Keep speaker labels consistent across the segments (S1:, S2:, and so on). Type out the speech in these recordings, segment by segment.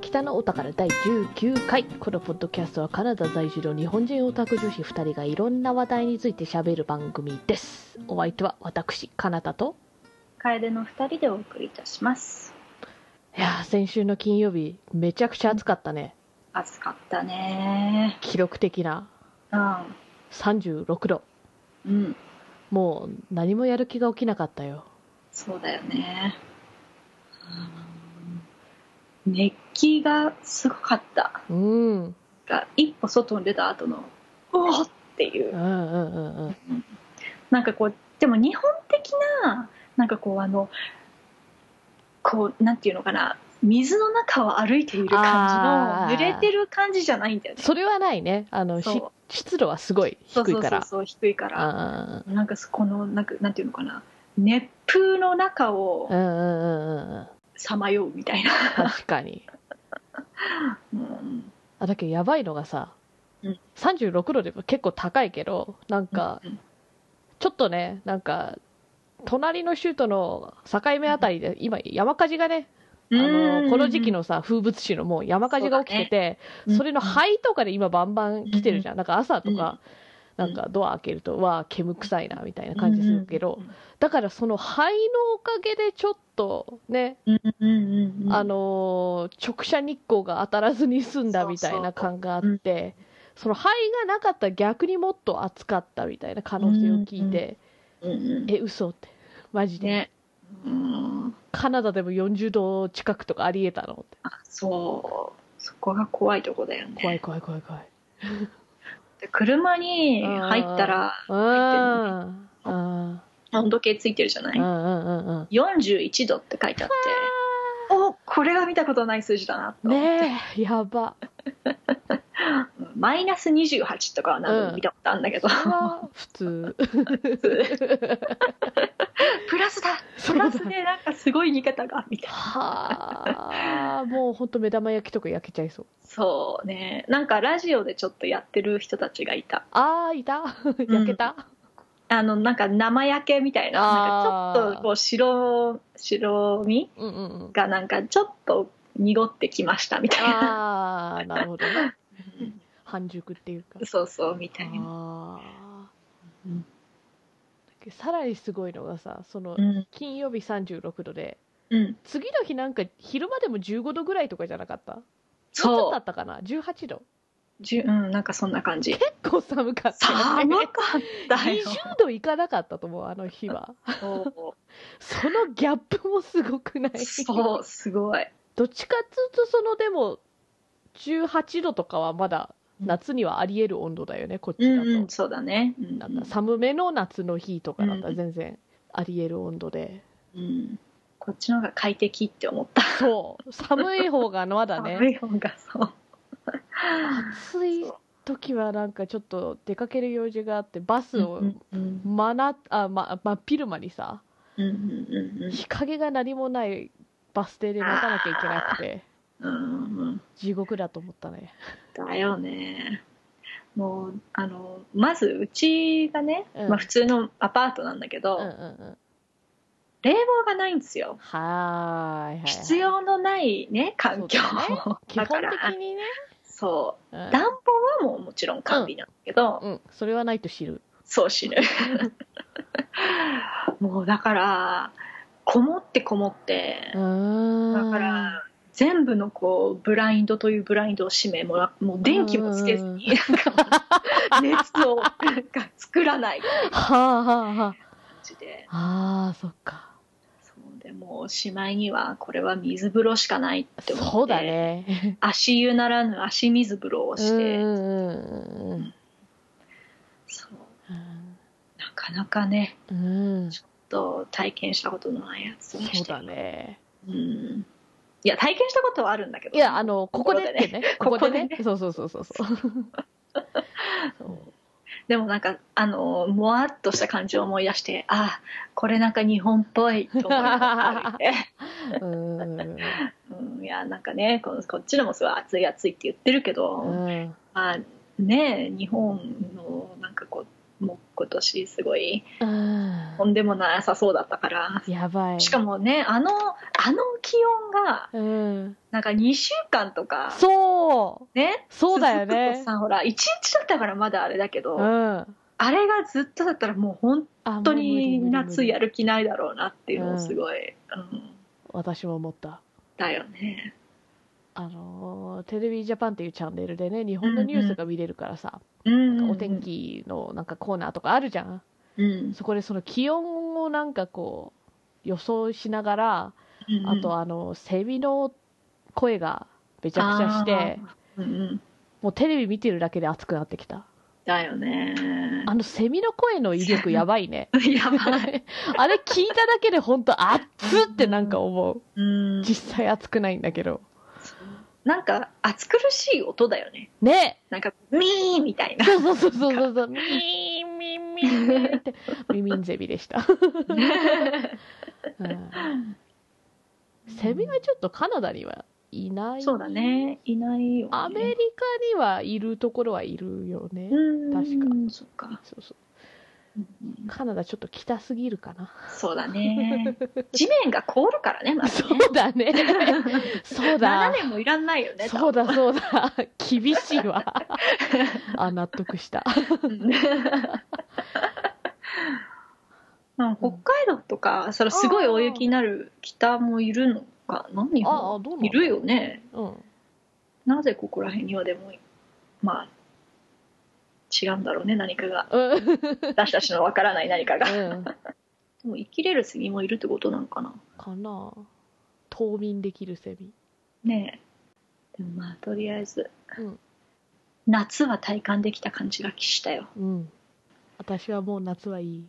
S1: 北のお宝第19回このポッドキャストはカナダ在住の日本人オタク女子2人がいろんな話題について喋る番組ですお相手は私カナダと
S2: 楓の2人でお送りいたします
S1: いやー先週の金曜日めちゃくちゃ暑かったね
S2: 暑かったね
S1: 記録的な
S2: うん
S1: 36度
S2: うん
S1: もう何もやる気が起きなかったよ
S2: そうだよねうん熱気がすごかった
S1: うんうん
S2: が一歩外に出た後のうおっっていう
S1: うんうんうん
S2: なんかこうでも日本的ななんかこうあのこうなんていうのかな水の中を歩いている
S1: あ
S2: 感
S1: ー
S2: じの濡れてる感じじゃないんだよね
S1: それはないねあの
S2: そう
S1: し湿度はすごい
S2: そう
S1: 低い
S2: そう
S1: か
S2: そう
S1: ら
S2: そう低いから
S1: あ
S2: なんかそこのなんかなんていうのかな熱風の中を
S1: ーうんうんうんうんうん
S2: さまようみたいな、
S1: 確かに
S2: うん
S1: あだけどやばいのがさ、
S2: うん
S1: 36度でも結構高いけどなんか
S2: うん
S1: ちょっとねなんか隣の州との境目あたりで今山火事がね、あのこの時期のさ風物詩のもう山火事が起きててそ,、
S2: うん
S1: れの灰とかで今バンバン来てるじゃん、なんか朝とか、
S2: うん
S1: なんかドア開けるとうわー煙臭いなみたいな感じするけど、だからその灰のおかげでちょっとね
S2: うんうんうんうん
S1: あのー直射日光が当たらずに済んだみたいな
S2: そうそう
S1: 感があって、その肺がなかったら逆にもっと暑かったみたいな可能性を聞いて、
S2: うんうん
S1: え、嘘って、マジで、
S2: ねうん
S1: カナダでも40度近くとかありえたのって、
S2: あそうそこが怖いとこだよね
S1: 怖い怖い怖い怖い。
S2: で車に入ったら
S1: うん、うん、
S2: 温度計ついてるじゃな
S1: うん、う
S2: い
S1: ん、うん。
S2: 41度って書いてあっておこれは見たことない数字だなと思って
S1: ねえ、や ば。
S2: うんマイナス28とかは何度も見たことあるんだけど、
S1: うわ普 通。
S2: プラスだ
S1: そう
S2: プ
S1: だ
S2: ラスでなんかすごい見方がみたいな
S1: はあ、もう本当目玉焼きとか焼けちゃいそう。
S2: そうねなんかラジオでちょっとやってる人たちがいた
S1: ああ、いた焼けた、
S2: あのなんか生焼けみたいなな
S1: あ
S2: ん
S1: ー
S2: かちょっとこう白白身
S1: うん、うん、うん。
S2: がなんかちょっと濁ってきましたみたいな
S1: ああ、なるほど ね。半熟っていうか。
S2: そうそうみたいな、
S1: あ
S2: う
S1: ー
S2: ん
S1: ださらにすごいのがさ、その
S2: うん
S1: 金曜日36度で、
S2: うん、
S1: 次の日なんか昼間でも15度ぐらいとかじゃなかったもうちょっとあ
S2: そ
S1: ったかな ?18 度。
S2: うじゅ、うん、なんかそんな感じ
S1: 結構寒かったよね。
S2: 寒かったよ
S1: 20度いかなかったと思う、あの日は。
S2: そ
S1: そのギャップもすごくないう
S2: そうすごい
S1: どっちかっつうと、そのでも、18度とかはまだ夏にはあり得る温度だよね、こっち
S2: う
S1: だと。
S2: ん、うん、そうだねうん
S1: なんだ寒めの夏の日とかだった
S2: う
S1: ら
S2: ん
S1: 全然ありえる温度で、
S2: うん、こっちの方が快適って思った
S1: そう寒い方がまだ
S2: 寒
S1: ね
S2: い方がそう
S1: 暑い時はなんかちょっと出かける用事があってバスを
S2: うんうん
S1: 真なあ、ま、真っ昼間にさ
S2: うんうんうん
S1: 日陰が何もないバス停で待たなきゃいけなく て
S2: うんうん
S1: 地獄だと思ったね
S2: だよねもうあのまずうちがね、
S1: うん
S2: まあ、普通のアパートなんだけ
S1: う
S2: ど、
S1: んうんうん
S2: 冷房がないんですよ
S1: はーいはいはい
S2: 必要のないね環境
S1: そうだね基
S2: だ
S1: 本
S2: から
S1: 的にね、
S2: そううん暖房はもうもちろん完備なんだけど、
S1: うん、それはないと知る
S2: そう死ぬ もうだからこもってこもって
S1: う、ーん
S2: だから全部のこうブラインドというブラインドを閉めもらもう電気もつけずに なんか熱をなんか作らない
S1: は
S2: 感
S1: あはあはあ
S2: じで
S1: あーそっか
S2: そうでもうしまいにはこれは水風呂しかないって思って
S1: そうだね。
S2: 足湯ならぬ足水風呂をして、
S1: うんうんうん
S2: そうなかなかね
S1: うんうん。
S2: と体験したことのないやつをして
S1: そうだ、ね。
S2: うん、いや体験したことはあるんだけど
S1: いや、あの、ここでってね。こ
S2: こ
S1: こ
S2: こ
S1: で
S2: で
S1: ね
S2: ね。
S1: そうそうそうそう。そう
S2: でもなんかあのもわっとした感じを思い出してあこれなんか日本っぽいと思いながら歩いて、
S1: うん。
S2: うん、いやなんかねこのこっちでもすごい暑い暑いって言ってるけど、
S1: うん
S2: まあね日本のなんかこうもう今年すごい
S1: うん
S2: とんでもなさそうだったから
S1: やばい
S2: しかもねあのあの気温が
S1: うん、
S2: なんか2週間とか
S1: そう
S2: ね
S1: そうだよ
S2: 続く
S1: ね
S2: とさほら1日だったからまだあれだけど、
S1: うんあ
S2: あれがずっとだったらもう本
S1: 本
S2: 当に夏やる気ないだろうなっていうのをすごい、うん
S1: 私も思った
S2: だよね
S1: あのーテレビジャパンっていうチャンネルでね日本のニュースが見れるからさ、
S2: うん
S1: お天気のなんかコーナーとかあるじゃん
S2: うん、
S1: そこでその気温をなんかこう予想しながら
S2: うん
S1: あとあのセミの声がめちゃくちゃして
S2: うんうん、
S1: もうテレビ見てるだけで暑くなってきた
S2: だよね
S1: あのセミの声の威力やばい ね
S2: やばい、
S1: あれ聞いただけで本当暑ってなんか思う
S2: うん、
S1: 実際暑くないんだけど
S2: なんか暑苦しい音だよね
S1: ね
S2: なんかミーみたいな
S1: そうそうそうそうそうそうミーミーミーミーってミミンゼミでした、うんセミがちょっとカナダにはいない
S2: そうだねいないよ、ね、
S1: アメリカにはいるところはいるよね、
S2: うん
S1: 確か
S2: そっか、
S1: そうそう
S2: うん
S1: カナダちょっと北すぎるかな、
S2: そうだね地面が凍るからねまず
S1: そ
S2: ね
S1: うだ ねそう
S2: 7
S1: だ
S2: 年もいらんないよね
S1: そうだそうだ厳しいわあ納得した
S2: 多分 うん北海道とかそれすごい大雪になる北もいるのかな日
S1: ああ
S2: 本
S1: どうなの
S2: いるよね
S1: うん
S2: なぜここら辺にはでもまあ違うんだろうね何か が
S1: うん、うん、
S2: 私たちのわからない何かが、でも生きれるセミもいるってことなのかな
S1: かな冬眠できるセミ
S2: ねえでもまあとりあえず、
S1: うん
S2: 夏は体感できた感じがしたよ
S1: うん私はもう夏はいい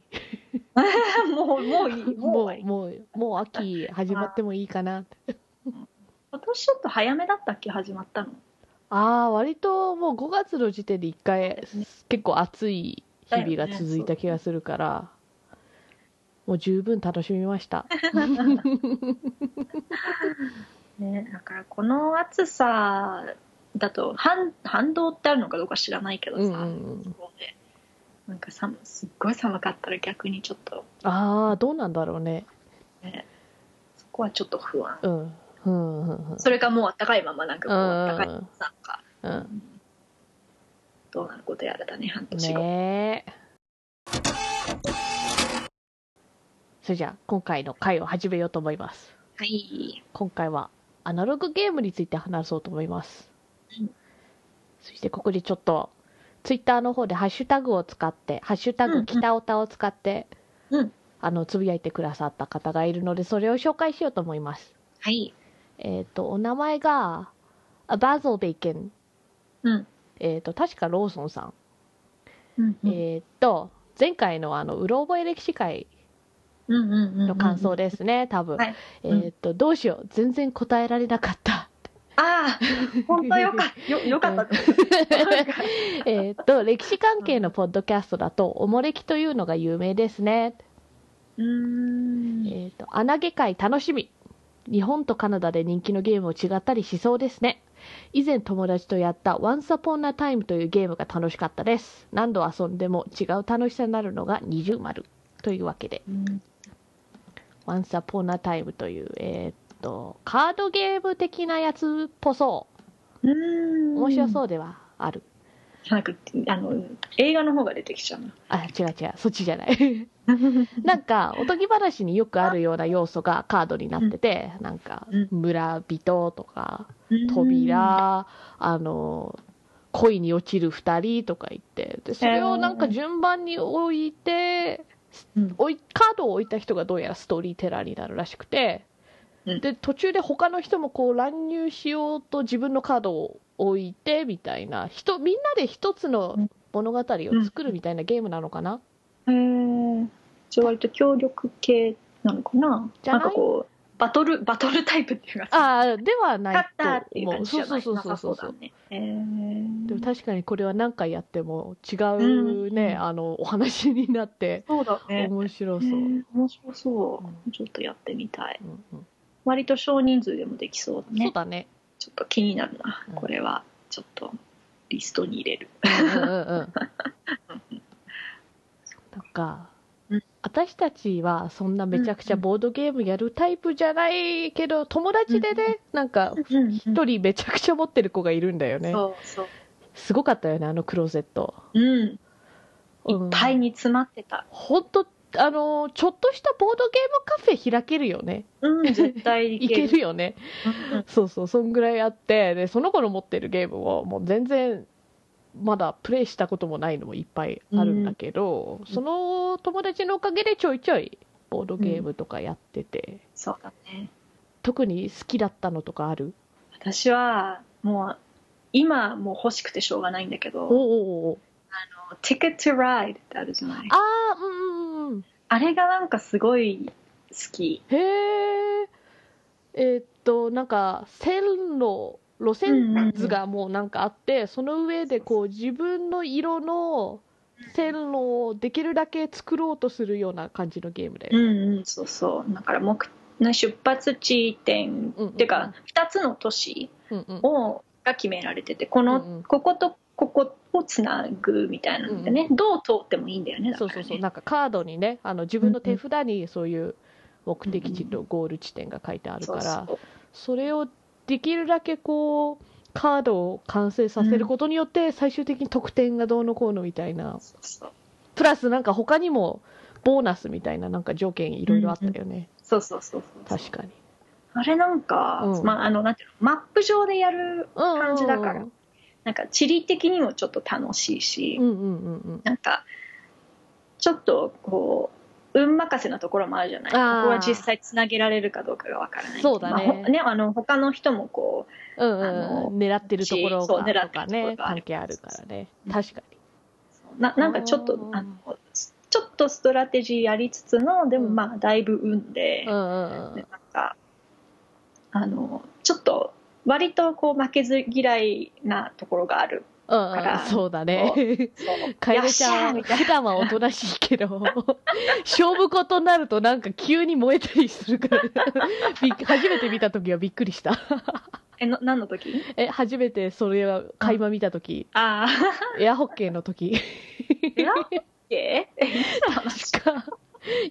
S2: もうもういいも
S1: も
S2: う
S1: うもうもう秋始まってもいいかなって
S2: 今年ちょっと早めだったっけ始まったの
S1: ああ割ともう5月の時点で1回
S2: すね
S1: 結構暑い日々が続いた気がするから、もう十分楽しみました
S2: ねだからこの暑さだと反反動ってあるのかどうか知らないけどさ、
S1: うんうんうん
S2: そうねなんか寒すっごい寒かったら逆にちょっと
S1: ああどうなんだろうね
S2: そこはちょっと不安
S1: うんうんうんうん
S2: それかもう暖かいままなんかこう暖かいなんか
S1: うん
S2: どうなることやらだね半年後、
S1: ねえそれじゃあ今回の回を始めようと思います
S2: はい
S1: 今回はアナログゲームについて話そうと思います、
S2: うん
S1: そしてここでちょっとツイッターの方でハッシュタグを使って「ハッシュタ
S2: うんう
S1: グ
S2: ん
S1: 北オタ」を使って、
S2: うん
S1: あのつぶやいてくださった方がいるのでそれを紹介しようと思います
S2: はい
S1: えっ、とお名前がバーゾーベイケン
S2: うん
S1: えっ、と確かローソンさん、
S2: うんうん
S1: えっ、と前回のあのうろ覚え歴史会
S2: うんうんうんうん
S1: の感想ですね、多分、
S2: はい
S1: え
S2: うん
S1: っ、とどうしよう全然答えられなかった
S2: ああ本当よかっ たよよかったと思
S1: えーっと歴史関係のポッドキャストだと「おもれき」というのが有名ですね
S2: うう
S1: 「
S2: ー
S1: え
S2: ん
S1: ーっと穴毛会楽しみ」日本とカナダで人気のゲームを違ったりしそうですね以前友達とやった「Once Upon a Time」というゲームが楽しかったです何度遊んでも違う楽しさになるのが二重丸というわけで
S2: うん
S1: 「Once Upon a Time」というえーっとカードゲーム的なやつっぽそう
S2: うん
S1: 面白そうではある、
S2: なんかあの映画の方が出てきちゃうな
S1: あ違う違うそっちじゃないなんかおとぎ話によくあるような要素がカードになってて、なんか
S2: うん
S1: 村人とか 扉、あの恋に落ちる2人とか言ってでそれをなんか順番に置いて、
S2: うん
S1: おいカードを置いた人がどうやらストーリーテラーになるらしくて、
S2: うん
S1: で途中で他の人もこう乱入しようと自分のカードを置いてみたいな人みんなで一つの物語を作るみたいなゲームなのかな、
S2: へえじゃあ割と協力系なのかな
S1: じゃ
S2: な
S1: なんい
S2: かこうバトルバトルタイプっていうかさ
S1: ああではない
S2: 勝ったっていう感じ
S1: そう
S2: じゃな
S1: そう
S2: い
S1: そう
S2: な
S1: そう
S2: さ
S1: そ
S2: そう
S1: そ
S2: うだ
S1: う
S2: ねへー
S1: でも確かにこれは何回やっても違う
S2: う
S1: ね、
S2: ん
S1: あのお話になって
S2: そうだね
S1: 面白そう、
S2: へー面白そう、
S1: う
S2: ちょっとやってみたい
S1: うんうん
S2: 割と少人数でもできそうだね
S1: そうだね
S2: ちょっと気になるな、
S1: うん
S2: これ はちょっとリストに入れる
S1: うんうんうんか
S2: うん。
S1: 私たちはそんなめちゃくちゃボードゲームやるタイプじゃないけど、友達でね、なんか一人めちゃくちゃ持ってる子がいるんだよね。
S2: そうそう。
S1: すごかったよね、あのクローゼット。
S2: うん。いっ
S1: い
S2: ぱい。に詰まってた。
S1: ほんと、あの、ちょっとしたボードゲームカフェ開けるよね。
S2: うん、絶対
S1: い
S2: い
S1: け
S2: け
S1: る
S2: る。
S1: よね。
S2: うん
S1: そうそう、そんぐらいあって、で、その子の持ってるゲームを、もう全然、まだプレイしたこともないのもいっぱいあるんだけど、
S2: うん
S1: その友達のおかげでちょいちょいボードゲームとかやってて、
S2: そうだね。
S1: 特に好きだったのとかある
S2: 私は、もう、今もう欲しくてしょうがないんだけ
S1: おう
S2: ど、
S1: おうおう
S2: あの Ticket to Ride ってあるじゃない。
S1: ああうんうんうん
S2: あれがなんかすごい好き。
S1: へええーっとなんか線路路線図がもうなんかあって、その上でこう自分の色の線路をできるだけ作ろうとするような感じのゲームだよね
S2: うんうん、そうそう。だから目、出発地点、
S1: うんうん
S2: てか、2つの都市
S1: うんうん
S2: をが決められてて、この、
S1: うんうん
S2: こことここをつなぐみたいなんでね、どう通ってもいいんだよね、だ
S1: そ
S2: か
S1: う
S2: ら、ね。
S1: そうそうなんかカードにねあの自分の手札にそういう目的地とゴール地点が書いてあるから、
S2: そうそう
S1: それをできるだけこうカードを完成させることによって最終的に得点がどうのこうのみたいな
S2: そうそう
S1: プラスなんか他にもボーナスみたいななんか条件いろいろあったよね、
S2: そうそうそうそう
S1: 確かに
S2: あれなんか、
S1: うん
S2: まあ、あのなんていうのマップ上でやる感じだから
S1: うん
S2: なんか地理的にもちょっと楽しいし、
S1: うんうんうん
S2: なんかちょっとこう運任せなところもあるじゃないここ
S1: あー
S2: は実際つなげられるかどうかがわからない
S1: そうだね
S2: まあほねあの他の人もこう
S1: うんうん
S2: あの
S1: うん狙ってるところ
S2: そう狙
S1: が
S2: っ
S1: と
S2: てる
S1: か
S2: とこ
S1: ね
S2: ろがあ
S1: 関
S2: る
S1: 係あるからね
S2: うん
S1: 確かに
S2: ななんかちょっと
S1: うん
S2: あのちょっとストラテジーやりつつのでも
S1: うん
S2: まあだいぶ運で、
S1: うんうんう
S2: で
S1: ん
S2: なんかあのちょっと割とこう負けず嫌いなところがある
S1: うん
S2: だ
S1: う
S2: か
S1: ん
S2: ら
S1: そうだね
S2: そう
S1: かえでちゃ
S2: よっしゃー
S1: ん
S2: みたい
S1: 普段はおとなしいけど 勝負事になるとなんか急に燃えたりするから びっ初めて見た時はびっくりした
S2: えの何の時
S1: え初めてそれは垣間見た時
S2: ああ
S1: エアホッケーの時
S2: エアホッ ケーえいつの話
S1: 確か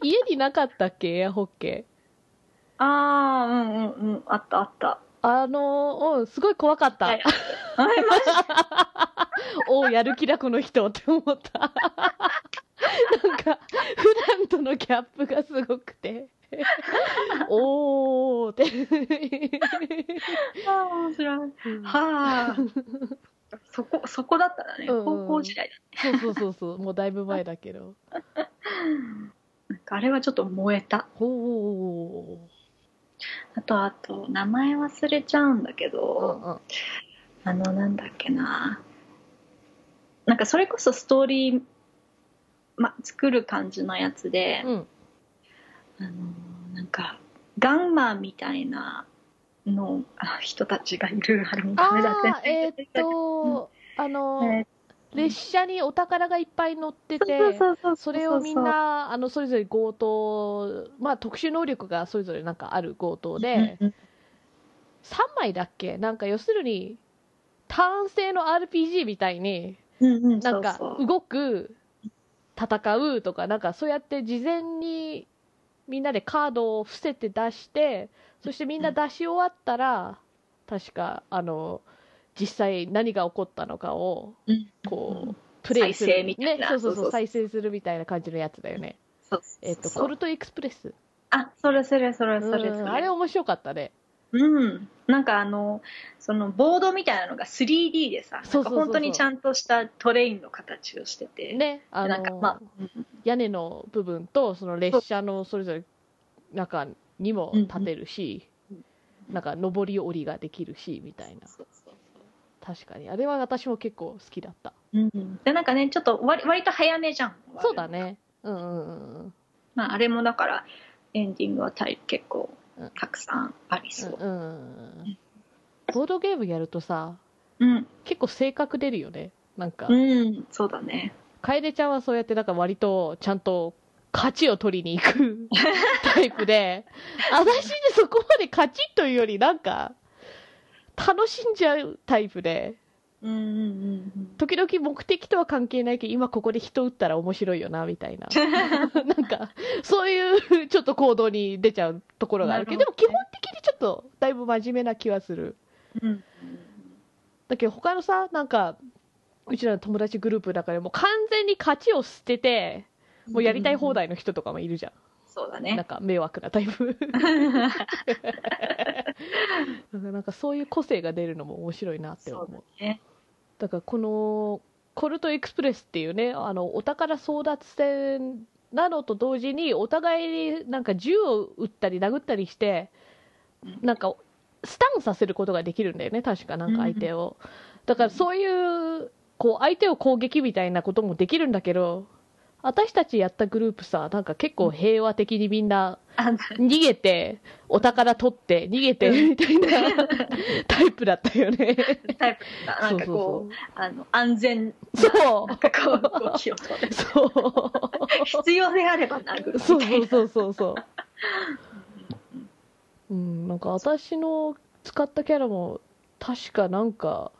S1: 家になかったっけエアホッケー
S2: ああうんうんうんあったあった
S1: あのうんすごい怖かった、
S2: はいあれマジ
S1: おうやる気だこの人って思ったなんか普段とのギャップがすごくておおって
S2: か面白いはあそこそこだったらね
S1: うんうん
S2: 高校時代だ、
S1: そうそうそうそうもうだいぶ前だけど
S2: なんかあれはちょっと燃えた
S1: おお
S2: あとあと名前忘れちゃうんだけ
S1: ー
S2: ど、
S1: うん
S2: あのなんだっけななんかそれこそストーリー、ま、作る感じのやつで、
S1: うん
S2: あのなんかガンマンみたいなのあ人たちがいるあれもダメだ
S1: あーえーっとあの
S2: え
S1: 列車にお宝がいっぱい乗ってて
S2: ーそうそうそうう
S1: それをみんなあのそれぞれ強盗、まあ、特殊能力がそれぞれなんかある強盗で、
S2: うんうん
S1: 3枚だっけなんか要するにターン制の RPG みたいに
S2: うんうん
S1: なんか
S2: そうそう
S1: 動く戦うとかなんかそうやって事前にみんなでカードを伏せて出してそしてみんな出し終わったら確かあの実際何が起こったのかを
S2: うん
S1: こ
S2: う
S1: うんプレイする
S2: 再生みたい
S1: ね、
S2: な
S1: そうそう
S2: そう
S1: そ
S2: そうう
S1: 再生するみたいな感じのやつだよね
S2: そうそう
S1: えっと
S2: そう
S1: コルトエクスプレス
S2: あそれそれそれそれ
S1: う
S2: そ
S1: んあれ
S2: れ
S1: 面白かったね
S2: うんなんかあのそのボードみたいなのが 3D でさ
S1: そうそうそうそう
S2: なんか本当にちゃんとしたトレインの形をしてて、
S1: ねあ
S2: なんか
S1: の、
S2: まあうん
S1: 屋根の部分とその列車のそれぞれ中にも立てるし、
S2: うんうん
S1: なんか上り下りができるしみたいな
S2: そうそうそう
S1: 確かにあれは私も結構好きだった
S2: うん、でなんかねちょっと割割と早めじゃん
S1: そうだ、ねうんうんうん
S2: まあ、あれもだからエンディングはたい結構
S1: うん
S2: たくさんあり
S1: う
S2: そ
S1: ん
S2: う
S1: う、んうんボードゲームやるとさ
S2: うん
S1: 結構性格出るよねなんか
S2: うん、そうだね
S1: 楓ちゃんはそうやってなんか割とちゃんと勝ちを取りに行 くタイプで私ねそこまで勝ちというよりなんか楽しんじゃうタイプで
S2: うんうんうんうん
S1: 時々目的とは関係ないけど今ここで人打ったら面白いよなみた いななんかそういうちょっと行動に出ちゃうところがあるけど
S2: な
S1: で
S2: る
S1: も
S2: ほ
S1: 基
S2: ど
S1: 本的にちょっとだいぶ真面目な気はする
S2: うん
S1: だけど他のさなんかうちらの友達グループの中でも完全に勝ちを捨ててもうやりたい放題の人とかもいるじゃん、
S2: そう
S1: な
S2: だ
S1: ん
S2: ね
S1: か迷惑なタイプ なんかそういう個性が出るのも面白いなって思
S2: そううだね
S1: だからこのコルトエクスプレスっていうねあのお宝争奪戦などと同時にお互いになんか銃を撃ったり殴ったりしてなんかスタンさせることができるんだよね確かなんか相手を、だからそういうこう相手を攻撃みたいなこともできるんだけど私たちやったグループさなんか結構平和的にみんな
S2: あ
S1: 逃げてお宝取って逃げてみたい なタイプだったよね
S2: タイプだなんかこうあの安全
S1: そうそうそう
S2: なんかこう動きを取る
S1: そう
S2: 必要であれば殴るみたい
S1: そ
S2: な
S1: うそうそうそうそう。 うん、なんか私の使ったキャラも確かなんか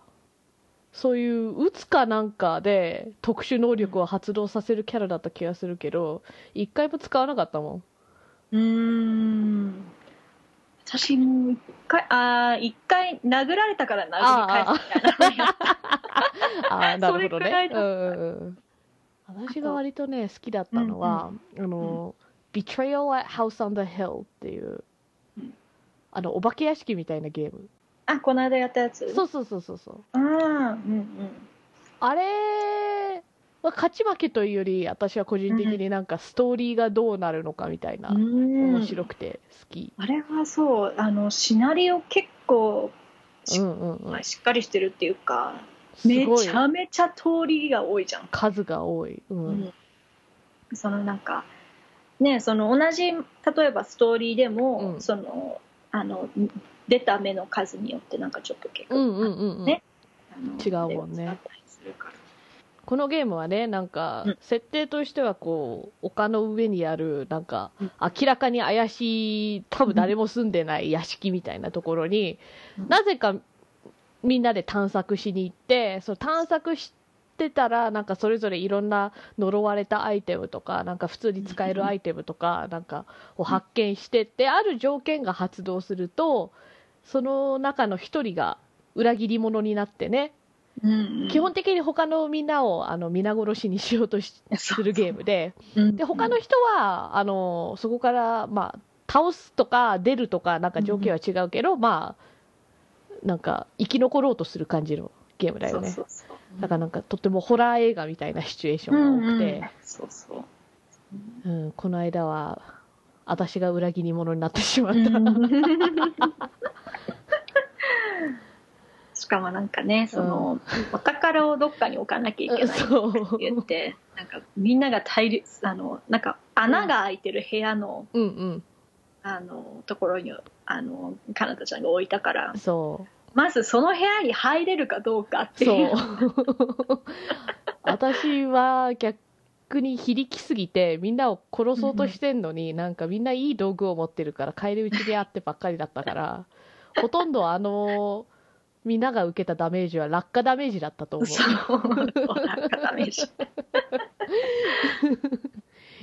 S1: そういう打つかなんかで特殊能力を発動させるキャラだった気がするけど一回も使わなかった もん
S2: うーん私も一回あー一回殴られたから殴り返すみたいなのを
S1: ああなるほど
S2: それくら
S1: ね
S2: いだ
S1: う
S2: っ
S1: ん
S2: た
S1: うんうん私が割とね好きだったのは「あの Betrayal at House on the Hill」っていう
S2: うん
S1: あのお化け屋敷みたいなゲーム
S2: あこの間やったやつ
S1: そうそうそうそうそう
S2: うんうん
S1: あれは勝ち負けというより私は個人的になんかストーリーがどうなるのかみたいな、
S2: うん
S1: 面白くて好き、
S2: あれはそうあのシナリオ結構
S1: う
S2: し,、
S1: んうんうん、
S2: しっかりしてるっていうか
S1: す
S2: め
S1: ごい
S2: ちゃめちゃ通りが多いじゃん、
S1: 数が多い、うん
S2: うんそのなんかねその同じ例えばストーリーでも、
S1: うん
S2: そのあの出た目の数によってなんかちょっと結構、
S1: うんうんうんうん
S2: ねあの
S1: 違うもんね
S2: 出たりするから
S1: このゲームはねなんか
S2: うん
S1: 設定としてはこう丘の上にあるなんか
S2: うん
S1: 明らかに怪しい多分誰も住んでない屋敷みたいなところに、
S2: うん
S1: なぜかみんなで探索しに行ってその探索してたらなんかそれぞれいろんな呪われたアイテムとかなんか普通に使えるアイテムとかなんかを発見してってある条件が発動するとその中の一人が裏切り者になってね
S2: うんうん
S1: 基本的に他のみんなをあの皆殺しにしようとしするゲームで
S2: うん
S1: で他の人はあのそこから、まあ、倒すとか出るとかなんか条件は違うけど、まあなんか生き残ろうとする感じのゲームだよね
S2: そうそうそう
S1: だからなんかとってもホラー映画みたいなシチュエーショ
S2: うん
S1: ンが多く
S2: うんうん
S1: て、
S2: そうそう
S1: うんこの間は私が裏切り者になってしまった、
S2: しかもなんかねその、お宝をどっかに置かなきゃいけないって
S1: そう
S2: 言ってなんかみんなが大量あのなんか穴が開いてる部屋の,、
S1: うんうん
S2: あのところにあのカナダちゃんが置いたから
S1: そう
S2: まずその部屋に入れるかどうかってい
S1: そう
S2: う。
S1: 私は逆に非力すぎてみんなを殺そうとしてんのに、なんかみんないい道具を持ってるから帰り討ちであってばっかりだったからほとんどあのみんなが受けたダメージは落下ダメージだったと思う
S2: そうなんかダメージ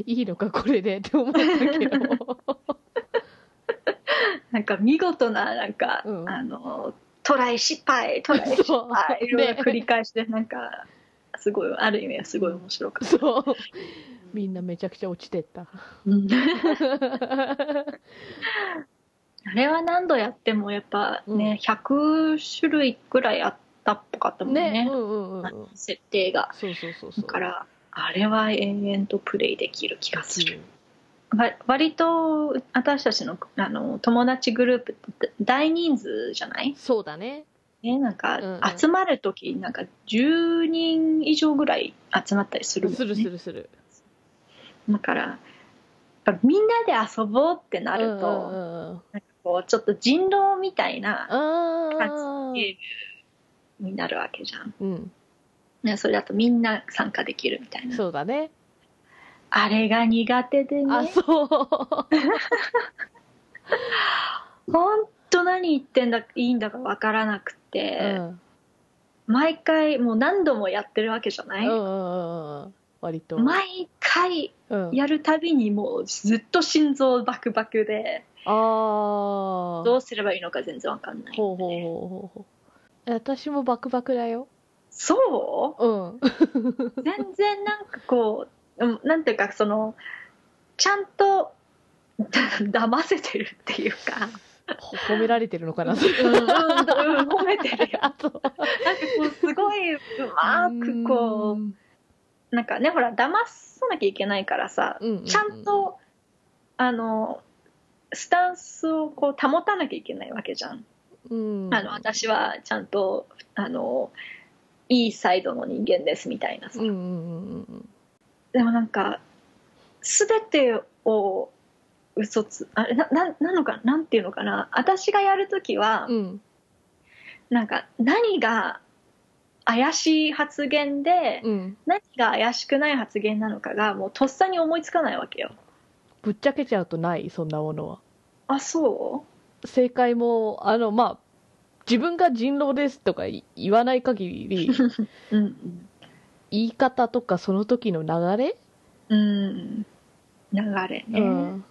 S1: いいのかこれでって思ったけ ど
S2: なんか見事ななんか、
S1: うん
S2: あのトライ失敗トライ失
S1: そう
S2: 敗いろいろ
S1: ね
S2: 繰り返してなんかすごいある意味はすごい面白かった。
S1: そうみんなめちゃくちゃ落ちてった
S2: あれは何度やってもやっぱね、100種類ぐらいあったっぽかったもんね
S1: ねうんうんうんうん
S2: あの設定が
S1: そうそうそうそ
S2: だ
S1: う
S2: からあれは延々とプレイできる気がす
S1: う
S2: る
S1: ん、
S2: わ割と私たちのあの友達グループって大人数じゃない
S1: そうだね
S2: ね、なん
S1: うん
S2: か
S1: うん
S2: 集まる時なんか10人以上ぐらい集まったりするもん、ね、
S1: するするする
S2: だからやっぱみんなで遊ぼうってなると、
S1: うんうんうん
S2: なんかこうちょっと人狼みたいな
S1: あ
S2: ゲームになるわけじゃん、
S1: ーうん、
S2: ね、それだとみんな参加できるみたいな
S1: そうだね。
S2: あれが苦手で
S1: あ、
S2: ね
S1: そう。
S2: 本当何言ってんだいいんだかわからなく
S1: う
S2: て、
S1: ん
S2: 毎回もう何度もやってるわけじゃな
S1: う
S2: い、
S1: んうんうん割と、
S2: 毎回
S1: うん、
S2: やるたびにもうずっと心臓バクバクで
S1: ああ
S2: どうすればいいのか全然わかんない、
S1: ほうほうほうほうほう私もバクバクだよ
S2: そ
S1: うん
S2: う全然なんかこううんなんていうかそのちゃんと 騙せてるっていうか、
S1: ほ褒められてるのか な
S2: うんうん、褒めて るよ
S1: あと
S2: なんかこうすごいうまくこうなんかねほら騙さなきゃいけないからさ
S1: うん、うう
S2: ちゃんとあのスタンスをこう保たなきゃいけないわけじゃん。
S1: うん
S2: あの私はちゃんとあのいいサイドの人間ですみたいなさ
S1: うんうんうんうん
S2: でもなんか全てを嘘つあれなななのかなんていうのかな私がやるときは、
S1: うん
S2: なんか何が怪しい発言で、
S1: うん
S2: 何が怪しくない発言なのかがもうとっさに思いつかないわけよ
S1: ぶっちゃけちゃうとないそんなものは
S2: あそ
S1: 正解もあのまあ自分が人狼ですとかい言わない限 り
S2: ううん
S1: 言い方とかその時の流れ、
S2: うん流れね、
S1: うん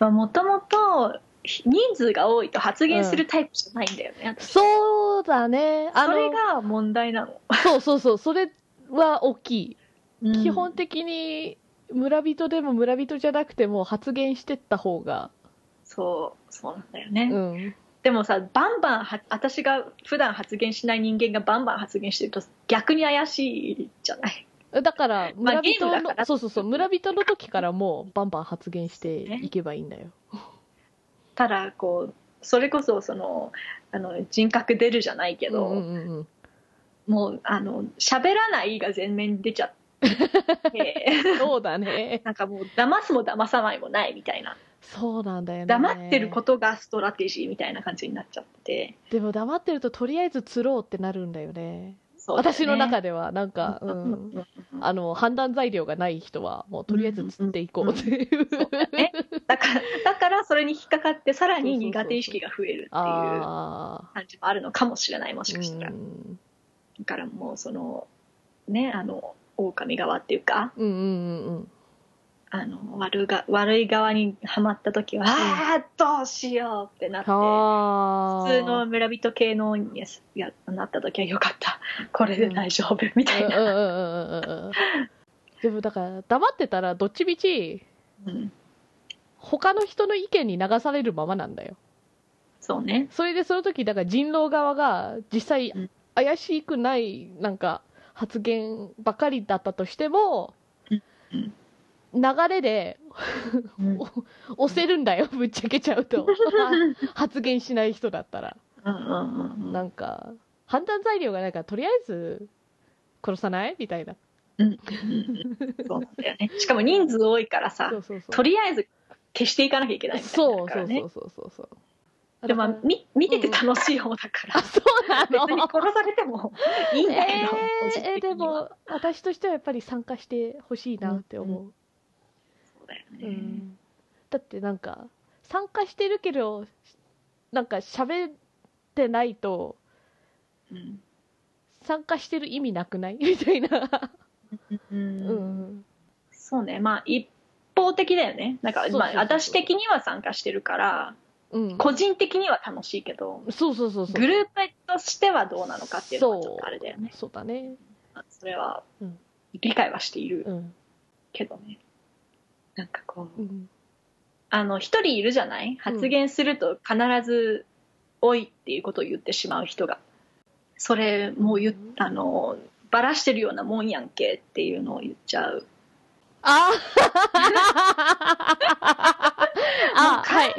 S2: まあ、もともと人数が多いと発言するタイプじゃないんだよね、
S1: そうだねあ
S2: そ
S1: の
S2: れが問題なの、
S1: そうそうそうそれは大きい基本
S2: 的
S1: 的に村人でも村人じゃなくても発言してった方が、
S2: そうそうなんだよね、
S1: うん、
S2: でもさバンバンは私が普段発言しない人間がバンバン発言してると逆に怪しいじゃない
S1: だから
S2: まあ
S1: 村人
S2: ゲー
S1: の、
S2: ムだから
S1: そうそうそう村人の時からもうバンバン発言していけばいいんだよ、
S2: ただこうそれこそそのあの人格出るじゃないけ
S1: う
S2: ど、
S1: んうんうん うん、
S2: もうあの喋らないが全面に出ち ゃって。
S1: そうだね
S2: なんかもう騙すも騙さないもないみたいな
S1: そうなんだよね
S2: 黙ってることとがストラテジーみたいな感じになっちゃって
S1: でも黙ってるととりあえず釣ろうってなるんだよね
S2: そうだよね
S1: 私の中ではなん か、
S2: う
S1: うん
S2: うん
S1: ん、
S2: うんうん
S1: あの判断材料がない人はもうとりあえず釣っていこうっていう、
S2: うんうんうんそうだねだからだからそれに引っかかってさらに苦手意識が増えるっていう感
S1: ああ
S2: じもあるのかもしれないもしかしたら
S1: う。ん
S2: だからもうそのねあの狼側っていうか
S1: うんうんうん
S2: あの悪が悪い側にはまった時は、ああどうしようってなって
S1: はあ
S2: 普通の村人系のにやなった時はよかったこれで大丈夫みたいな、
S1: うんうんうんうんうんうんでもだから黙ってたらどっちみち
S2: うん
S1: 他の人の意見に流されるままなんだよ
S2: そうね
S1: それでその時だから人狼側が実際
S2: うん
S1: 怪しくないなんか発言ばかりだったとしても
S2: うん
S1: 流れで
S2: うん
S1: お押せるんだよぶっちゃけちゃう と発言しない人だったら
S2: うんうんうん
S1: なんか判断材料がないからとりあえず殺さないみたいな
S2: そうなんだよねしかも人数多いからさ
S1: そうそうそう
S2: とりあえず消していかなきゃいけないみたいに
S1: そ
S2: なる
S1: う
S2: か
S1: そ
S2: ら
S1: う
S2: ね
S1: そうそうそうそう
S2: でもまあみ見てて楽しい方だか
S1: あ
S2: ら
S1: そうな
S2: 別に
S1: の
S2: 殺され てもいいん
S1: え
S2: だけど、個人
S1: ー、えー
S2: 的に
S1: で
S2: は
S1: も私としてはやっぱり参加してほしいなって思う、
S2: そうだよ
S1: うん
S2: ね
S1: だってなんか参加してるけどなんか喋ってないと
S2: うん
S1: 参加してる意味なくないみたいな
S2: うん
S1: うん
S2: そうねまあ一方的だよねなんか
S1: そうそう
S2: ま
S1: そう
S2: あ私的には参加してるから
S1: うん
S2: 個人的には楽しいけど
S1: そうそうそうそう
S2: グループとしてはどうなのかっていうのはちょっとあれだよね
S1: そうだね
S2: それは
S1: うん
S2: 理解はしている
S1: うん
S2: けどねなんかこう
S1: うん
S2: あの一人いるじゃない発言すると必ず「おい」っていうことを言ってしまう人がそれもう言っ
S1: うん
S2: あのバラしてるようなもんやんけっていうのを言っちゃう
S1: ああはい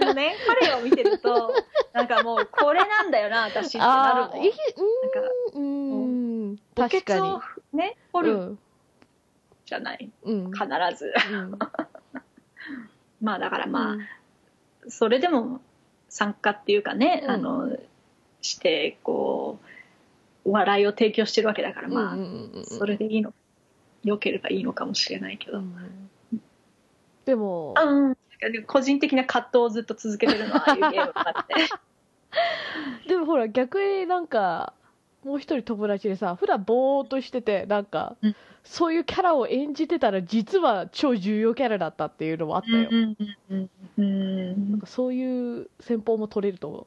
S2: あ のね、彼を見てると、なんかもう、これなんだよな、私ってな
S1: あ
S2: る
S1: あ
S2: も
S1: ー
S2: ん。
S1: い
S2: なん
S1: い
S2: か、
S1: うんうん
S2: 墓
S1: 確か
S2: 穴
S1: に
S2: をね、掘るじゃない、
S1: うんうん
S2: 必ず。
S1: うん
S2: まあ、だからまあ、
S1: うん
S2: それでも参加っていうかね、
S1: うん
S2: あの、して、こう、お笑いを提供してるわけだから、まあ、
S1: うんうんうんうん
S2: それでいいの、良ければいいのかもしれないけ
S1: う
S2: ど。うん
S1: んでも
S2: なんかね個人的な葛藤をずっと続けてるのはああいうゲームだって
S1: でもほら逆になんかもう一人友達でさ普段ぼーっとしててなんか、
S2: うん
S1: そういうキャラを演じてたら実は超重要キャラだったっていうのもあったよ、
S2: うんうんうん
S1: なんかそういう戦法も取れると思う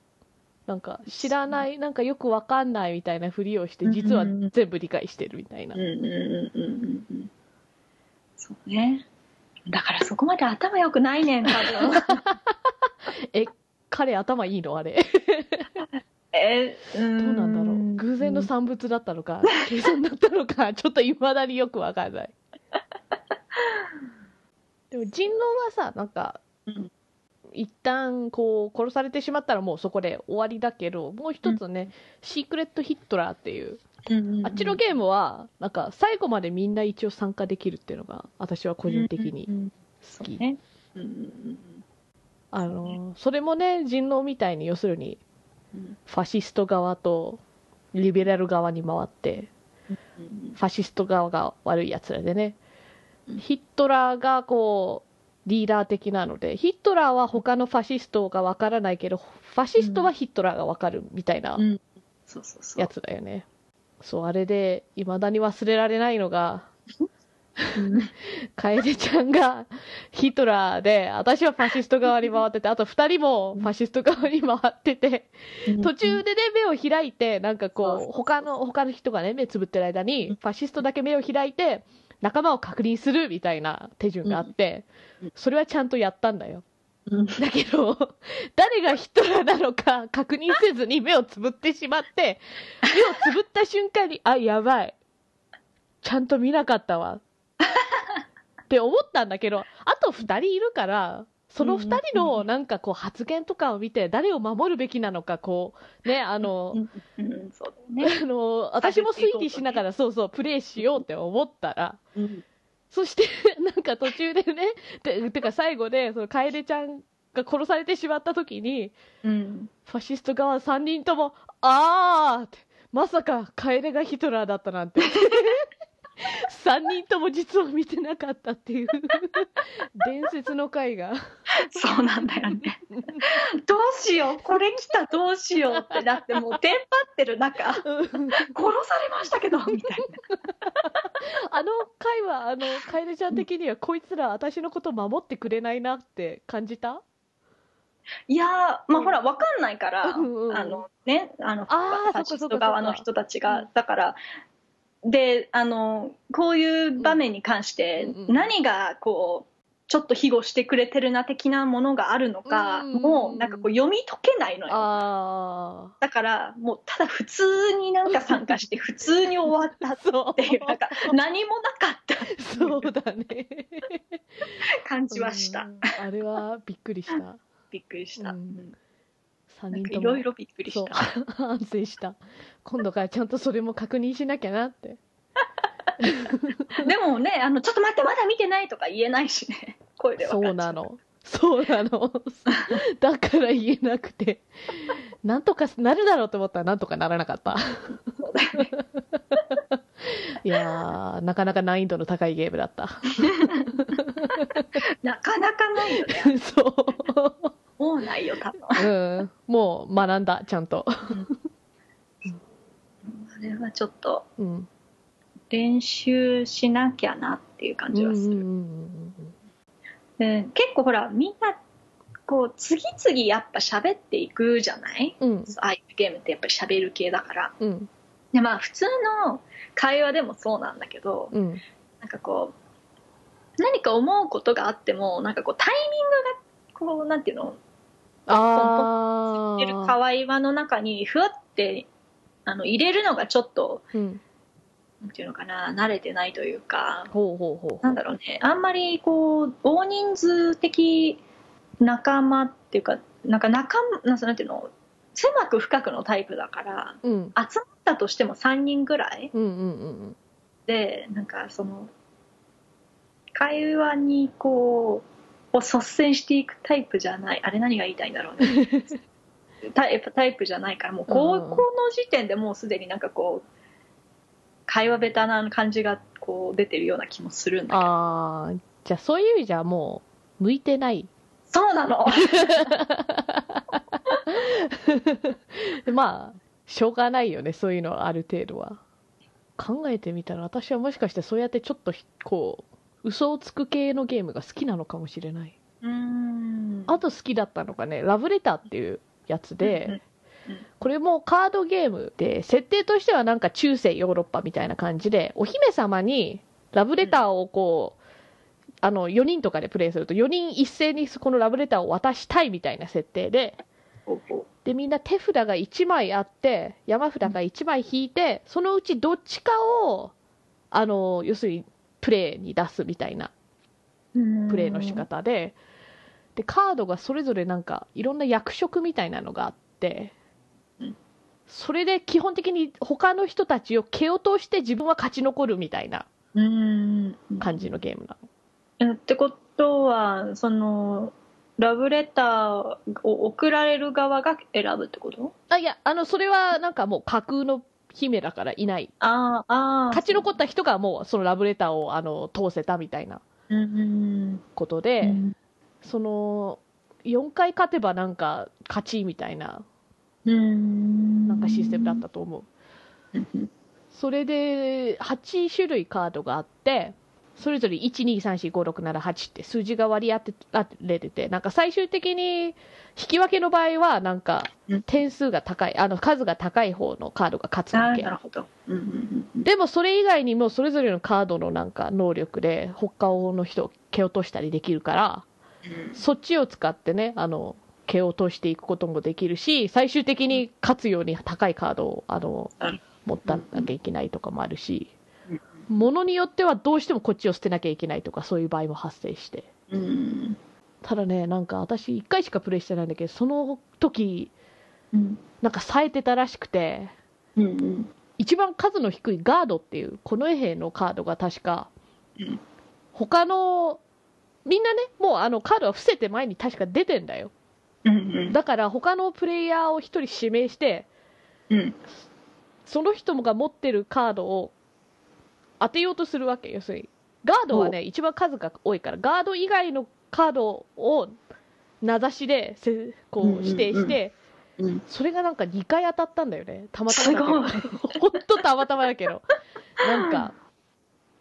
S1: なんか知らないなんかよくわかんないみたいなふりをして
S2: うん
S1: 実は全部理解してるみたいな、
S2: うんうんうんうんうんうんそうねだからそこまで頭良くないねん多分
S1: 彼頭いいのあれ
S2: えーう
S1: どうなんだろう偶然の産物だったのか計算だったのかちょっといまだによくわかんないでも人狼はさなんか、
S2: うん
S1: 一旦こう殺されてしまったらもうそこで終わりだけどもう一つね、シークレットヒットラーっていうあっちのゲームはなんか最後までみんな一応参加できるっていうのが私は個人的に
S2: に
S1: 好き、
S2: ねうんうん
S1: あのそれもね人狼みたいに要するに
S2: うん
S1: ファシスト側とリベラル側に回って
S2: うん
S1: ファシスト側が悪いやつらでね
S2: うん
S1: ヒットラーがこうリーダー的なのでヒットラーは他のファシストがわからないけどファシストはヒットラーがわかるみたいな
S2: うんそうそうそう
S1: やつだよねそうあれでいまだに忘れられないのが
S2: うん
S1: 楓ちゃんがヒトラーで、私はファシスト側に回ってて、あと二人もファシスト側に回ってて、途中でね、目を開いて、なんか
S2: そうそう
S1: こ
S2: そう
S1: う、他の、他の人がね、目つぶってる間に、ファシストだけ目を開いて、仲間を確認するみたいな手順があって
S2: うんうん、
S1: それはちゃんとやったんだよ。
S2: うん
S1: だけど、誰がヒトラーなのか 確認せずに目をつぶってしまって、目をつぶった瞬間に、あ、やばい。ちゃんと見なかったわ。って思ったんだけど、あと二人いるから、その二人のなんかこう発言とかを見て、誰を守るべきなのか、こう、ね、あの
S2: う、んうんそうだよね
S1: あの、私も推理しながら、そうそう、プレイしようって思ったら、
S2: うん
S1: そして、 なんか途中でね、ててか最後で、その楓ちゃんが殺されてしまった時に、
S2: うん
S1: ファシスト側3人とも、あーって、まさか楓がヒトラーだったなんて。3人とも実は見てなかったっていう 伝説の回が
S2: そうなんだよね。 どうしよう、これ来たどうしようって、だってもうテンパってる 中、殺されましたけど、みたい
S1: あの回はあの楓ちゃん的にはこいつら私のこと守ってくれないなって感じた
S2: な。いやー、まあほら、わかんないから、
S1: うんうんうん
S2: あのね、あの、
S1: あー
S2: ファシ
S1: そ
S2: ス
S1: っかそっかそ
S2: ト
S1: っか
S2: 側の人たち
S1: う
S2: が、
S1: ん
S2: だから、で、あの、こういう場面に関して
S1: うん、うん
S2: 何がこう、ちょっと庇護してくれてるな的なものがあるのか、
S1: うんうんうん
S2: もうなんかこう読み解けないのよ。
S1: あ
S2: だからもうただ普通になんか参加して普通に終わった
S1: あ そう
S2: っていうなんか何もなかった
S1: そうだね
S2: 感じはした
S1: うんあれはびっくり した
S2: びっくりした、
S1: う
S2: うんん
S1: 3
S2: な
S1: 人
S2: んか
S1: とも
S2: いろいろびっくりし
S1: そう
S2: た
S1: 反省した今度からちゃんとそれも確認しなきゃなって
S2: でもねあのちょっと待ってまだ見てないとか言えない しね声で分か
S1: そ
S2: っちゃ
S1: う
S2: う
S1: なのそうなの だから言えなくてなんとかなるだろうと思ったらなんとかならなかった
S2: そうだよね
S1: いやーなかなか難易度の高いゲームだった
S2: なかなかな いよね
S1: そ
S2: もうないよ多分
S1: う、うん、もう学んだちゃんと、
S2: あれはちょっと
S1: うん、
S2: 練習しなきゃなっていう感じはする、
S1: うんうんうん
S2: で結構ほらみんなこう次々やっぱ喋っていくじゃない
S1: うんうん
S2: ああいうゲームってやっぱり喋る系だから
S1: うん
S2: でまあ普通の会話でもそうなんだけど
S1: うん
S2: なんかこう何か思うことがあってもなんかこうタイミングがこうなんていうの
S1: あ
S2: 出る
S1: あ、
S2: 会話の中にふわってあの入れるのがちょっと
S1: うん、
S2: なんていうのかな慣れてないというか
S1: ほうほうほう
S2: なんだろうねあんまりこう大人数的仲間っていうかなんか仲なんなんていうの狭く深くのタイプだから
S1: うん
S2: 集まったとしても3人ぐらい
S1: うんうんうん
S2: でなんかその会話にこうを率先していくタイプじゃないあれ何が言いたいんだろうね タイプタイプじゃないからもうこう
S1: うん
S2: この時点でもうすでになんかこう会話ベタな感じがこう出てるような気もするんだけど
S1: ああ、じゃあそういう意味じゃもう、向いてない。
S2: そうなの
S1: まあ、しょうがないよねそういうのはある程度は考えてみたら私はもしかしてそうやってちょっとひこう嘘をつく系のゲームが好きなのかもしれない
S2: うん
S1: あと好きだったのがねラブレターっていうやつで、
S2: うんうんうん
S1: これもカードゲームで設定としてはなんか中世ヨーロッパみたいな感じでお姫様にラブレターをこう、あの4人とかでプレイすると4人一斉にこのラブレターを渡したいみたいな設定で
S2: ほうほ
S1: でみんな手札が1枚あって山札が1枚引いてそのうちどっちかをあの要するにプレイに出すみたいな
S2: ううん
S1: プレイの仕方ででカードがそれぞれなんかいろんな役職みたいなのがあって
S2: うん
S1: それで基本的に他の人たちを蹴落として自分は勝ち残るみたいな
S2: うん
S1: 感じのゲームなの
S2: えってことはそのラブレターを送られる側が選ぶってこと
S1: あいやあのそれはなんかもう架空の姫だからいない
S2: あーあー
S1: 勝ち残った人がもうそのラブレターをあの通せたみたいな
S2: うん
S1: こと
S2: う
S1: で、
S2: ん
S1: その4回勝てばなんか勝ちみたいな
S2: うん
S1: なんかシステムだったと思うそれで8種類カードがあってそれぞれ1234567って数字が割り当てられててなんか最終的に引き分けの場合はなんか
S2: うん
S1: 点数が高いあの数が高い方のカードが勝つ
S2: あ
S1: わ
S2: ー
S1: け
S2: なるほどうんうんうん
S1: でもそれ以外にもそれぞれのカードのなんか能力で他の人を蹴落としたりできるから
S2: うん
S1: そっちを使ってねあの毛を落としていくこともできるし最終的に勝つように高いカードをあの
S2: うん
S1: 持ったなきゃいけないとかもあるし
S2: うん
S1: ものによってはどうしてもこっちを捨てなきゃいけないとかそういう場合も発生して
S2: うん
S1: ただねなんか私1回しかプレイしてないんだけどその時
S2: うん
S1: なんか冴えてたらしくて
S2: うんうん
S1: 一番数の低いガードっていうこの兵のカードが確か
S2: うん
S1: 他のみんなねもうあのカードは伏せて前に確か出てんだよ
S2: うん
S1: だから他のプレイヤーを1人指名して
S2: うん
S1: その人が持ってるカードを当てようとするわけ要するにガードはね一番数が多いからガード以外のカードを名指しでせこう
S2: うんうんうん
S1: 指定して、
S2: うん
S1: それがなんか2回当たったんだよねたまたまだけど
S2: す
S1: ほんとたまたまだけどなんか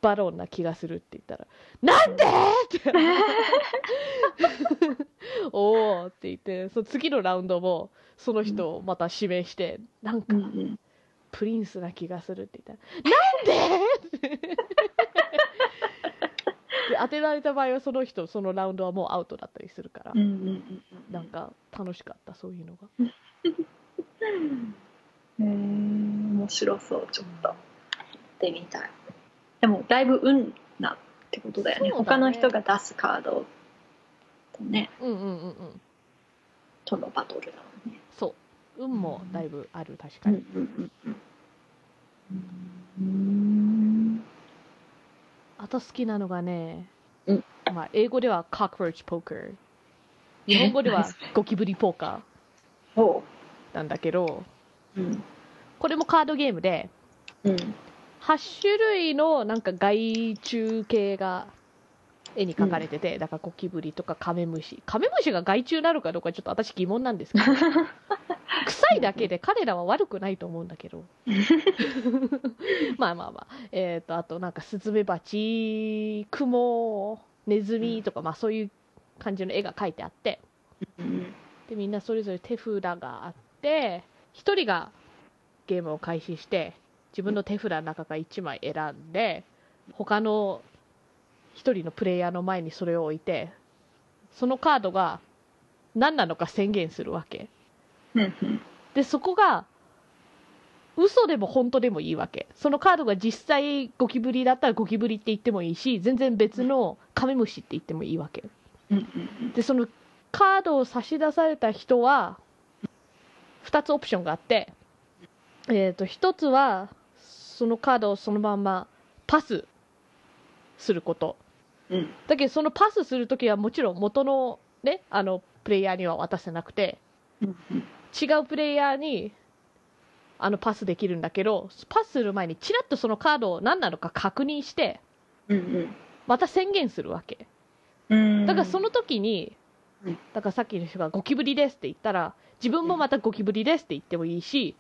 S1: バロンな気がするって言ったら「なんで?」って 「おお」って言ってその次のラウンドもその人をまた指名してなん
S2: う
S1: か
S2: んうん
S1: プリンスな気がするって言ったら「なんで?」で当てられた場合はその人そのラウンドはもうアウトだったりするから、
S2: うんうんうんうん
S1: なんか楽しかったそういうのが
S2: へえ面白そうちょっとやってみたいでもだいぶ運なってことだよね
S1: そうだね
S2: 他の人が出すカードとね
S1: うんうんうんうん
S2: とのバトルだもんね
S1: そう運もだいぶある確かに、
S2: うんうん
S1: あと好きなのがね、
S2: うん
S1: まあ、英語では cockroach poker
S2: え
S1: 日本語で は
S2: 何それ
S1: ゴキブリポーカ
S2: ほ
S1: ーなんだけど
S2: ううん
S1: これもカードゲームで
S2: うん
S1: 8種類のなんか害虫系が絵に描かれてて、だからゴキブリとかカメムシカメムシが害虫なのかどうかちょっと私疑問なんですけど臭いだけで彼らは悪くないと思うんだけどまあまあまあえっ、とあとなんかスズメバチクモネズミとか、まあそういう感じの絵が描いてあって
S2: うん
S1: でみんなそれぞれ手札があって1人がゲームを開始して自分の手札の中から1枚選んで他の1人のプレイヤーの前にそれを置いてそのカードが何なのか宣言するわけ
S2: うん
S1: でそこが嘘でも本当でもいいわけそのカードが実際ゴキブリだったらゴキブリって言ってもいいし全然別のカメムシって言ってもいいわけ
S2: うんうん
S1: でそのカードを差し出された人は2つオプションがあって、えー、と1つはそのカードをそのまんまパスすること
S2: うん
S1: だけどそのパスするときはもちろん元の,、ね、あのプレイヤーには渡せなくて
S2: うん
S1: 違うプレイヤーにあのパスできるんだけどパスする前にちらっとそのカードを何なのか確認して
S2: うん
S1: また宣言するわけ。
S2: うん
S1: だからその時に、
S2: うん
S1: だからさっきの人がゴキブリですって言ったら、自分もまたゴキブリですって言ってもいいし、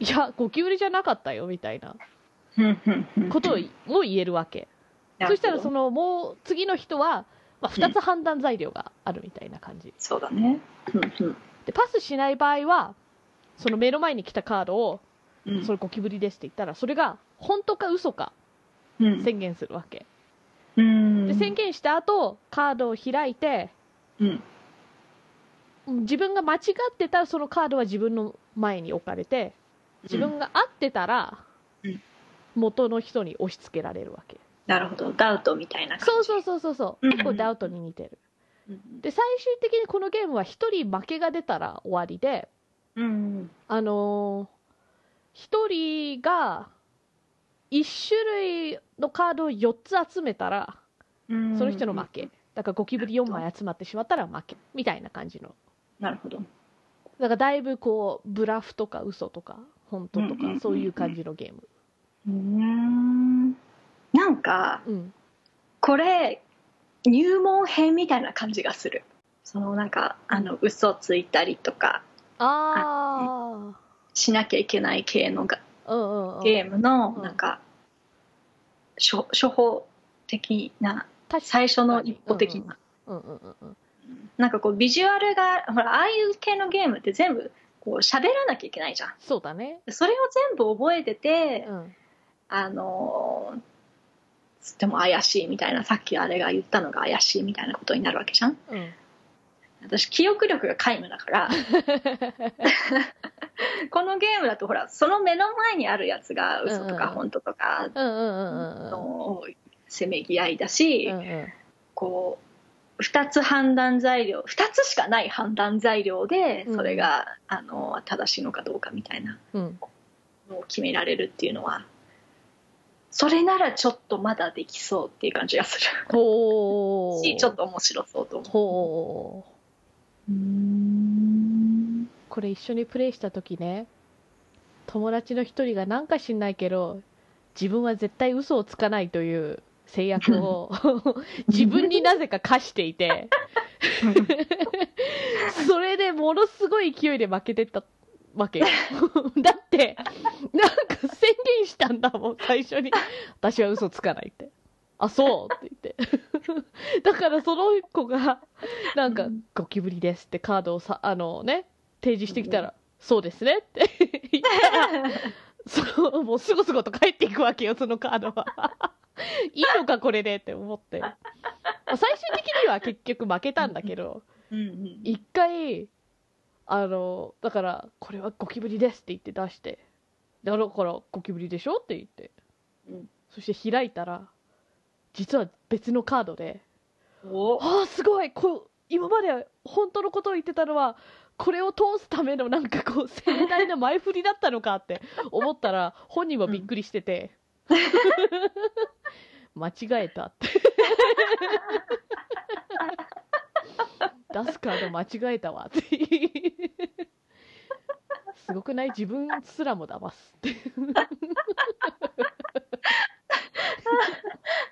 S1: いやゴキブリじゃなかったよみたいなことを
S2: うん
S1: も言えるわけそしたらそ
S2: なるほど
S1: のもう次の人は、まあ、2つ判断材料があるみたいな感じ
S2: そうだねうん
S1: でパスしない場合はその目の前に来たカードを
S2: うんうん
S1: それゴキブリですって言ったらそれが本当か嘘か
S2: うん
S1: 宣言するわけ
S2: うん
S1: で宣言した後カードを開いて
S2: うん
S1: うん自分が間違ってたらそのカードは自分の前に置かれて自分が合ってたら
S2: うん
S1: 元の人に押し付けられるわけ
S2: なるほどダウトみたいな感じ
S1: そうそうそうそうそう
S2: うん
S1: 結構ダウトに似てる
S2: うん
S1: で最終的にこのゲームは1人負けが出たら終わりで
S2: うん
S1: あのー、1人が1種類のカードを4つ集めたら
S2: うん
S1: その人の負けだからゴキブリ4枚集まってしまったら負けみたいな感じの
S2: なるほど
S1: だからだいぶこうブラフとか嘘とか本当と
S2: うんうんうんう
S1: か
S2: ん
S1: そういう感じのゲーム
S2: うーんなんか
S1: うん
S2: これ入門編みたいな感じがするそのなんかあの嘘ついたりとか
S1: あ
S2: しなきゃいけない系のが
S1: あうんうんうん
S2: ゲームの
S1: うん
S2: なんか処処方的な
S1: 確か
S2: 最初の一歩的な
S1: うんうんうんうん
S2: なんかこうビジュアルがほらああいう系のゲームって全部こう喋らなきゃいけないじゃん
S1: そうだね
S2: それを全部覚えてて
S1: うん
S2: あのーつっても怪しいみたいなさっきあれが言ったのが怪しいみたいなことになるわけじゃん
S1: うん
S2: 私記憶力が皆無だから このゲームだとほらその目の前にあるやつが嘘とか
S1: うんうん
S2: 本当とか
S1: うんうんうんうん
S2: のせめぎ合いだし、
S1: うんうん
S2: こう2つ判断材料2つしかない判断材料で
S1: うん
S2: それが、あの正しいのかどうかみたいな
S1: うん
S2: のを決められるっていうのはそれならちょっとまだできそうっていう感じがする
S1: ほう
S2: しちょっと面白そうと思
S1: ほう
S2: ううー ん
S1: これ一緒にプレイした時ね友達の一人がなんか知んないけど自分は絶対嘘をつかないという制約 を自分になぜか課していてそれでものすごい勢いで負けてったわ けよだってなんか宣言したんだもん最初に私は嘘つかないってあそうって言って だからその子がなんか
S2: うん
S1: ゴキブリですってカードをさあのね提示してきたら、そうですねって 言ったらそうもうすごすごと帰っていくわけよそのカードは いいのかこれでって思って、まあ最終的には結局負けたんだけど
S2: うんうん
S1: 一回あのだからこれはゴキブリですって言って出してだからゴキブリでしょって言って、
S2: うん
S1: そして開いたら実は別のカードで
S2: お
S1: ああすごいこう今まで本当のことを言ってたのはこれを通すためのなんかこう盛大な前振りだったのかって思ったら本人はびっくりしてて、間違えたって出すカード間違えたわってすごくない自分すらも騙すって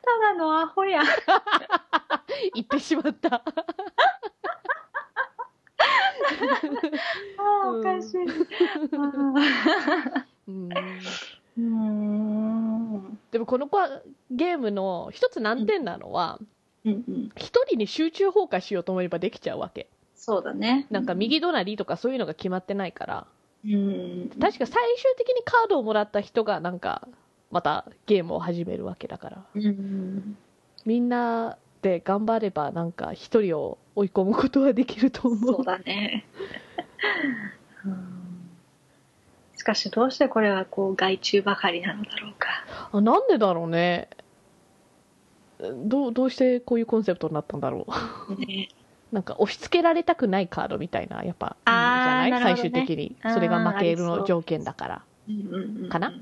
S2: ただのアホや
S1: 言ってしまった
S2: あーおかしい。あ
S1: うん
S2: ーうーんうん
S1: でもこの子はゲームの一つ難点なのは、
S2: うん
S1: 一人に集中放火しようと思えばできちゃうわけ
S2: そうだね。
S1: なんか右隣とかそういうのが決まってないから
S2: うん
S1: 確か最終的にカードをもらった人がなんかまたゲームを始めるわけだから
S2: うん
S1: みんなで頑張ればなんか一人を追い込むことはできると思う
S2: そうだね。 うんしかしどうしてこれはこう害虫ばかりなのだろうか。
S1: あなんでだろうねどうどうしてこういうコンセプトになったんだろう
S2: ね、
S1: なんか押し付けられたくないカードみたいなやっぱ
S2: あー
S1: いいんじゃ
S2: な
S1: ない
S2: るほど
S1: 最終
S2: ね
S1: 的に
S2: あー
S1: それが負ける
S2: ありそ
S1: の
S2: う
S1: 条件だから
S2: うんうんうん
S1: かな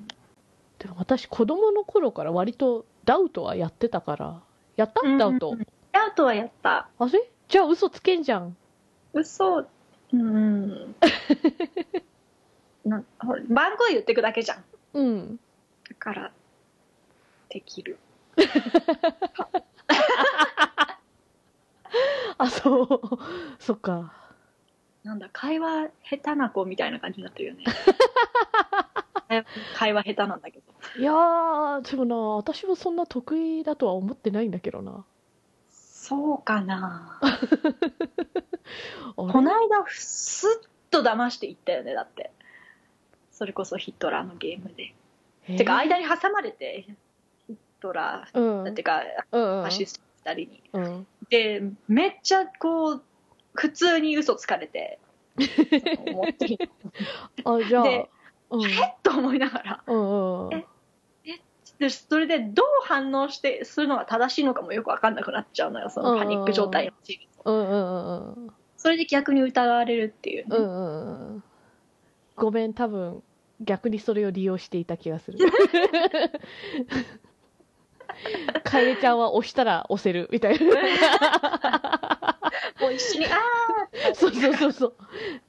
S1: でも私子供の頃から割とダウトはやってたからやった
S2: うん
S1: ダウト
S2: ダウトはやった。
S1: あれじゃあ嘘つけんじゃん
S2: 嘘。うん。なほら番号言ってくだけじゃん。
S1: うん
S2: だからできる。
S1: あそう そっか
S2: なんだ会話下手な子みたいな感じになってるよね。会話会話下手なんだけど
S1: いやーでもな私はそんな得意だとは思ってないんだけどな
S2: そうかな
S1: あ
S2: こ
S1: れ
S2: の間すっと騙していったよねだってそれこそヒトラーのゲームで、
S1: へー
S2: てか間に挟まれてヒトラ
S1: うん
S2: ーってか
S1: うんうん
S2: アシスト2人に
S1: うん
S2: でめっちゃこう普通に嘘つかれて思ってる
S1: あじゃあ
S2: で
S1: うん
S2: と思いながら
S1: うんうん
S2: えでそれでどう反応してするのが正しいのかもよく分かんなくなっちゃうのよそのパニック状態のチーム
S1: うんうんうん
S2: それで逆に疑われるっていう、
S1: うんうんうんごめん多分逆にそれを利用していた気がするカエルちゃんは押したら押せるみたい
S2: もう一緒に「あ
S1: なそうそうそうそう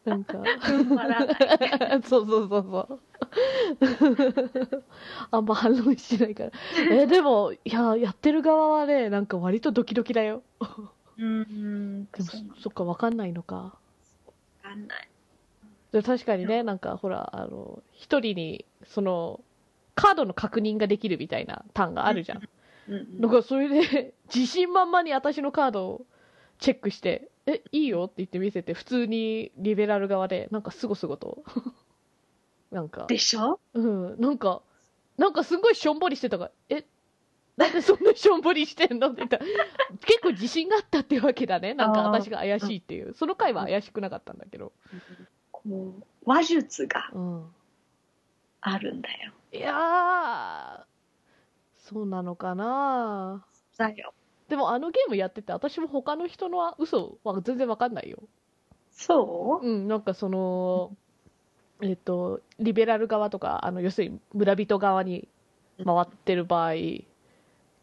S1: なんか
S2: あ踏ん張らない
S1: そうそうそうそうあんま反応しないからえでもいややってる側はねなんか割とドキドキだよ」
S2: うーん
S1: でも
S2: そうなの
S1: そっかわかんないのか
S2: 分かんない
S1: で確かにね、なんかほら、あの、一人に、その、カードの確認ができるみたいな単があるじゃん。
S2: うんうん
S1: だからそれで、 自信満々に私のカードをチェックして、え、いいよって言って見せて、普通にリベラル側で、なんかすごすごと。 なんか、
S2: でしょ
S1: うん、なんか、なんかすごいしょんぼりしてたから、え、なんでそんなしょんぼりしてんのって言ったら、結構自信があったってわけだね。なんか
S2: あー
S1: 私が怪しいっていう。その回は怪しくなかったんだけど。
S2: こう話術が
S1: うん。
S2: あるんだよ
S1: いやー、そうなのかな
S2: だよ
S1: でもあのゲームやってて、私も他の人の嘘は全然わかんないよ。
S2: そう
S1: うん、なんかその、えっ、と、リベラル側とか、あの、要するに村人側に回ってる場合、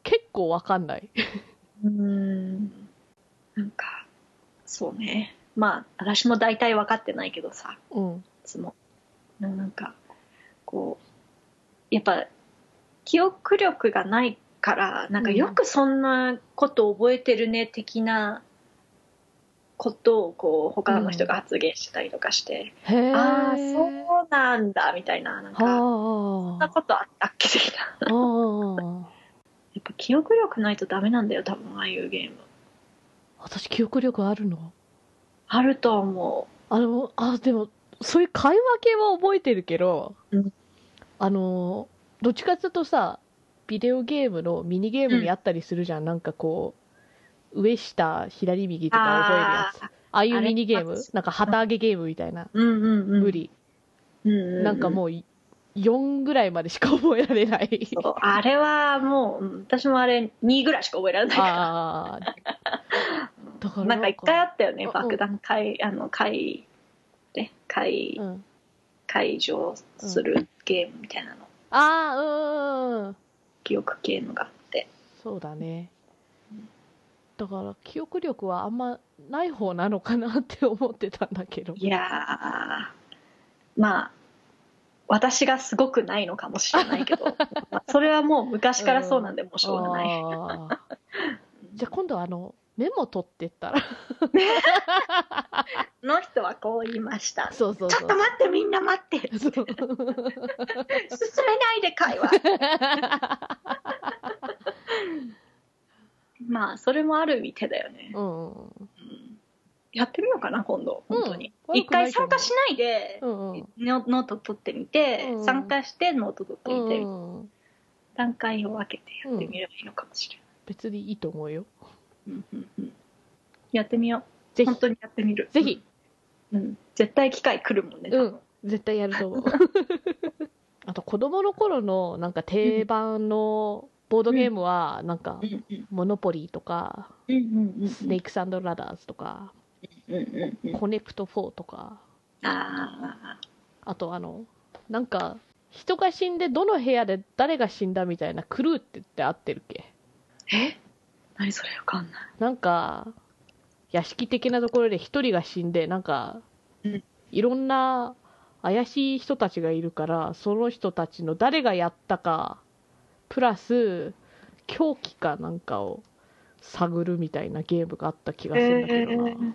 S1: 結構わかんない。
S2: うーんなんかそうねまあ私も大体分かってないけどさ
S1: うん。
S2: いつもなんかこうやっぱ記憶力がないからなんか
S1: うん
S2: よくそんなこと覚えてるね的なことをこう他の人が発言したりとかして、
S1: へー。
S2: ああそうなんだみたいななんかそん
S1: は
S2: な
S1: あ。
S2: ことあったっけ的な
S1: ああ。
S2: やっぱ記憶力ないとダメなんだよ多分ああいうゲーム
S1: 私、記憶力あるの
S2: あると思
S1: あの、あ、でも、そういう会話系は覚えてるけど、
S2: うん
S1: あの、どっちかっていうとさ、ビデオゲームのミニゲームにあったりするじゃん。なんかこう、上下、左右とか覚えるやつ。ああいうミニゲー
S2: あ
S1: ム
S2: れ
S1: なんか旗揚げゲームみたいな。
S2: ううんうんうん
S1: 無理。
S2: うんうん、うん、
S1: なんかもう、4ぐらいまでしか覚えられない。
S2: そうあれはもううん私もあれ2ぐらいしか覚えられないか ら
S1: ああ。だから
S2: なんか一回あ
S1: っ
S2: ったよね
S1: うん
S2: 爆弾会あの会ね会
S1: うん。
S2: 会場するゲームみたいなの
S1: ああ、うんうんうん。
S2: 記憶系のがあって
S1: そうだね。だから記憶力はあんまない方なのかなって思ってたんだけど。
S2: いやーまあ私がすごくないのかもしれないけど まあそれはもう昔からそうなんでもうしょうがない、
S1: あーじゃあ今度あのメモ取ってったら。
S2: この人はこう言いました
S1: そうそう
S2: ちょ
S1: そ
S2: っと待ってみんな待って
S1: う。
S2: 進
S1: そう
S2: めないで会話まあそれもある意味手だよね、
S1: うん
S2: うんやってみようかな今度
S1: うん
S2: 本当に
S1: 悪
S2: 一
S1: くな
S2: 回
S1: いと思
S2: 参
S1: う
S2: 加しないで
S1: う、んうん
S2: ノノート取ってみて、
S1: うん
S2: 参加してノート取って
S1: う
S2: みて、
S1: んうん。
S2: 段階を分けてやってみればいいのかもしれ
S1: 別にいいと思うよ。
S2: ない、うんうんうんやってみよ
S1: ぜひ
S2: う本当にやってみる
S1: ぜひ、
S2: うん、絶対機会来るもんね、多
S1: う
S2: 分
S1: ん、絶対やると 思う。あと子供の頃のなんか定番のボードゲームはなんか
S2: うんうん
S1: モノポリーとか
S2: うんうんうん
S1: スネークサンドラダーズとか
S2: うんうんう
S1: コネクト4とか、
S2: んあ
S1: あとあの、なんか、人が死んでどの部屋で誰が死んだみたいなクルーって言って合ってるっけ
S2: ーえ何それわかんない
S1: なんか、屋敷的なところで一人が死んで、なんか
S2: うん、
S1: いろんな怪しい人たちがいるから、その人たちの誰がやったか、プラス、狂気かなんかを探るみたいなゲームがあった気がするんだけどな。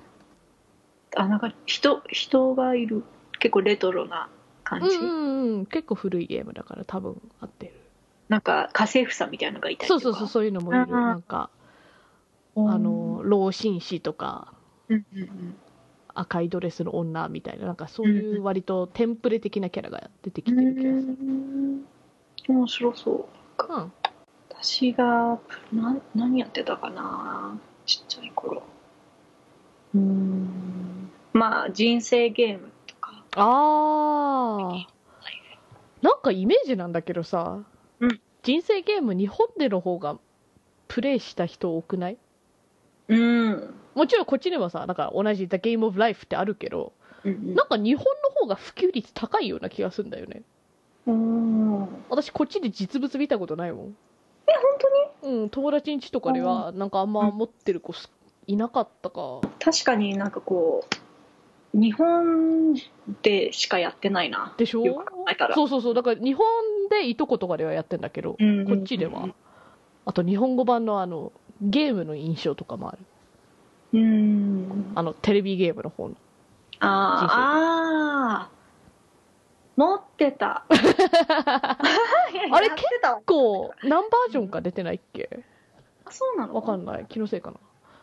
S2: あなんか人人がいる結構レトロな感
S1: う
S2: じ、
S1: んうんうん結構古いゲームだから多分合ってる
S2: なんか家政婦さんみたいなのがいたりと
S1: そ
S2: か
S1: うそうそうそういうのもいる
S2: あー
S1: なんか
S2: うん
S1: あの老紳士とか
S2: うんうんうん
S1: 赤いドレスの女みたいななんかそうい
S2: んう
S1: うん割とテンプレ的なキャラが出てきてる気がする、
S2: うん面白そう
S1: うん、
S2: 私がな何やってたかなちっちゃい頃うーんまあ人生ゲームとか
S1: あーなんかイメージなんだけどさ、
S2: うん
S1: 人生ゲーム日本での方がプレイした人多くない
S2: うん、うん
S1: もちろんこっちにもさなんか同じ「The Game of Life」ってあるけど
S2: うん
S1: なんか日本の方が普及率高いような気がするんだよね
S2: うーん
S1: 私こっちで実物見たことないもん
S2: え本当に
S1: うん友達ん家とかではなんかあんま持ってる子すいなかったか
S2: 確かになんかこう日本でしかやってないな
S1: でしょ
S2: よく考えたら
S1: そうそうそうだから日本でいとことかではやってんだけど、
S2: うん
S1: こっちではあと日本語版のあのゲームの印象とかもある
S2: うーん
S1: あのテレビゲームの方の
S2: あーあー持っ てた
S1: あれ
S2: やってたわ
S1: こう何バージョンか出てないっけ
S2: あそうなの
S1: わかんない気のせいかな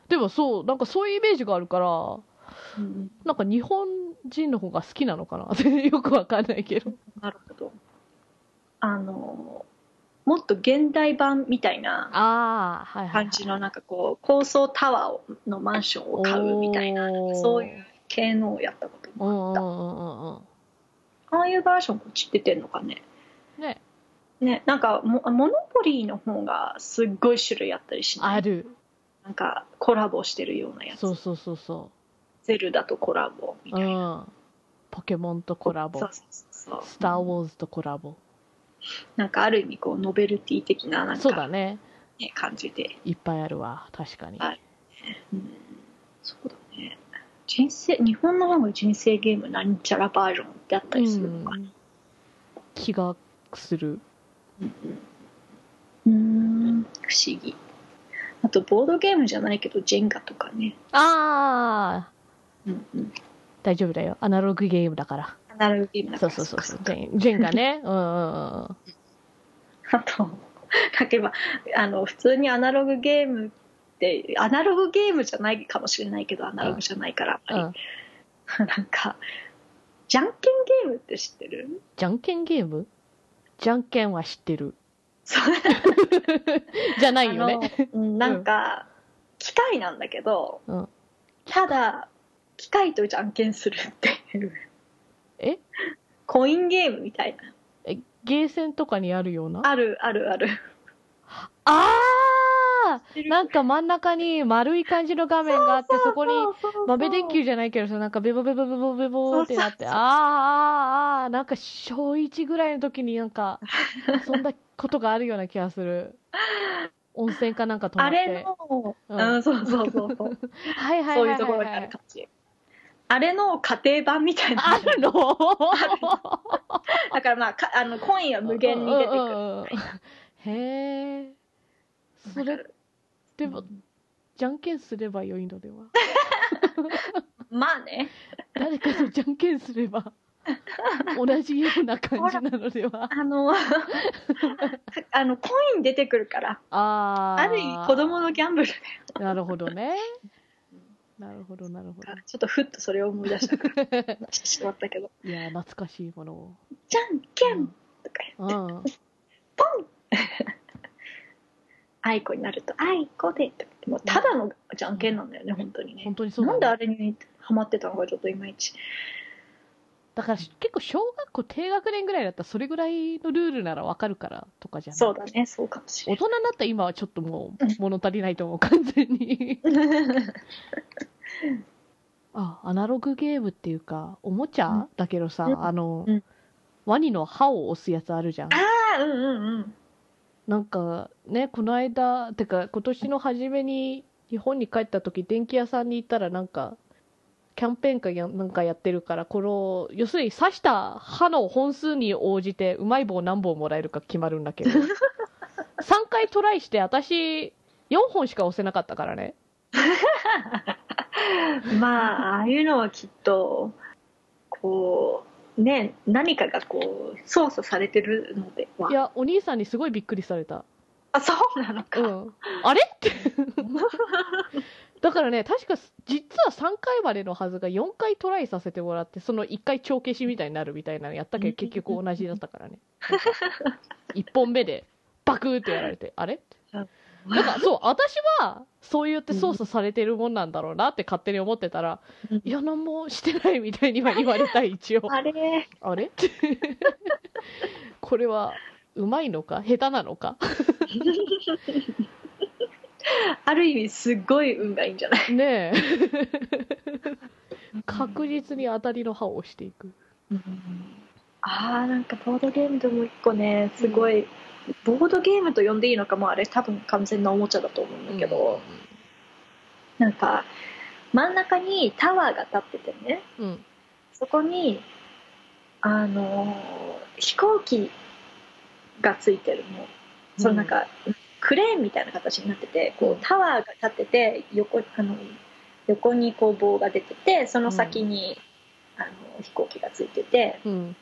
S1: でもそうなんかそういうイメージがあるから
S2: うん
S1: なんか日本人の方が好きなのかな ってよくわかんないけど
S2: なるほど。あのもっと現代版みたいな
S1: ああはいはい、
S2: 感じのなんかこう高層タワーをのマンションを買うみたいな
S1: おー
S2: そういう系のをやったこと
S1: うんうん
S2: もあった。
S1: うんうんうん
S2: ああいうバージョンこっち出てんのかね。
S1: ね
S2: ねなんかモモノポリーの方がすっごい種類あったりしな
S1: あ
S2: い。
S1: る
S2: なんかコラボしてるようなやつ
S1: そ。うそうそうそ
S2: ゼルダとコラボみ
S1: うう
S2: たいな。
S1: んポケモンとコラボ
S2: そうそうそうそう
S1: スター・ウォーズとコラボ
S2: なんかある意味こうノベルティ的ななん
S1: そうだ
S2: か、
S1: ね
S2: ね、感じで
S1: いっぱいあるわ確かに
S2: はいうんそうだね人生日本の方が人生ゲームなんちゃらバージョンだったりするのかな
S1: 気がする
S2: うんうん不思議あとボードゲームじゃないけどジェンガとかね、
S1: ああ
S2: うんうん、
S1: 大丈夫だよアナログゲームだから
S2: アナログゲームだか
S1: そう
S2: ら
S1: そうそう
S2: そ
S1: そ
S2: っ
S1: う
S2: か
S1: ジ
S2: そっか
S1: ェンジェンガ ねうんうんうん
S2: あと書けばあの普通にアナログゲームってアナログゲームじゃないかもしれないけどアナログじゃないからあ
S1: う
S2: んま
S1: ん
S2: り、 なんかじゃんけんゲームって知ってる
S1: じゃんけんゲームじゃんけんは知ってる
S2: そう
S1: じゃないよね
S2: あのうんなんか、機械なんだけど、
S1: うん
S2: ただ機械とじゃんけんするっていう
S1: え
S2: コインゲームみたいな
S1: えゲーセンとかにあるような
S2: あるあるある
S1: あーなんか真ん中に丸い感じの画面があってそこに豆電球じゃないけどさなんかベボベボベボベボってなってあーあーあーなんか小1ぐらいの時になんかそんなことがあるような気がする温泉かなんか泊ま
S2: あ
S1: って
S2: れの、
S1: う
S2: うんんそうそうそうそう
S1: はいはい
S2: そ
S1: はい
S2: う
S1: いうは
S2: ところ
S1: い、
S2: に
S1: は
S2: ある
S1: い、
S2: 感じあれの家庭版みたい
S1: あ
S2: な
S1: るの
S2: だからまあかあのコインは無限に出て
S1: う
S2: く
S1: んう
S2: る
S1: んうんへえそれでもじゃんけんすればよいのでは
S2: まあね
S1: 誰かとじゃんけんすれば同じような感じなのでは
S2: あの あのコイン出てくるから
S1: あー
S2: ある意味子供のギャンブル
S1: なるほどねなるほどなるほど
S2: あちょっとふっとそれを思い出したからしてしまったけど
S1: いやー懐かしいものを
S2: 「じゃんけん!」とか
S1: うん
S2: 「あいこになると「あいこで」とかもうただのじゃんけんなんだよね本当にね
S1: 本当にそうだ,、
S2: な
S1: ね、
S2: んであれにハマってたのかちょっといまいち
S1: だから結構小学校低学年ぐらいだったらそれぐらいのルールならわかるからとかじゃん
S2: そうだねそうかもしれ
S1: 大人になった今はちょっともう物足りないと思う完全 に
S2: ない
S1: あアナログゲームっていうかおもちゃ、
S2: うん
S1: だけどさ、
S2: うん
S1: あの、
S2: うん
S1: ワニの歯を押すやつあるじゃん
S2: ああうんうんうん
S1: なんかねこの間てか今年の初めに日本に帰った時電気屋さんに行ったらなんかキャンペーンかやなんかやってるからこの要するに刺した歯の本数に応じてうまい棒何本もらえるか決まるんだけど3回トライして私4本しか押せなかったからね
S2: まあああいうのはきっとこうね何かがこう操作されてるのではい
S1: やお兄さんにすごいびっくりされた、
S2: あそうなの
S1: う
S2: か、
S1: ん、あれ ってだからね確か実は3回までのはずが4回トライさせてもらってその1回帳消しみたいになるみたいなのやったけど結局同じだったからね1本目でバクーってやられてあれってなんか そう私はそう言って操作されてるもんなんだろうなって勝手に思ってたら
S2: うん
S1: いや何もしてないみたいには言われた一応
S2: あれ
S1: あれ これはうまいのか下手なのか
S2: ある意味すっごい運がいいんじゃない
S1: ねえ確実に当たりの歯を押していく
S2: あーなんかボードゲームでも一個ねすごい、ボードゲームと呼んでいいのかもあれ多分完全なおもちゃだと思うんだけど、なんか真ん中にタワーが立っててね
S1: うん
S2: そこにあのー飛行機がついてるのそのなんか、クレーンみたいな形になってて
S1: うん
S2: こうタワーが立ってて横あの横にこう棒が出ててその先に、あの飛行機がついてて
S1: うん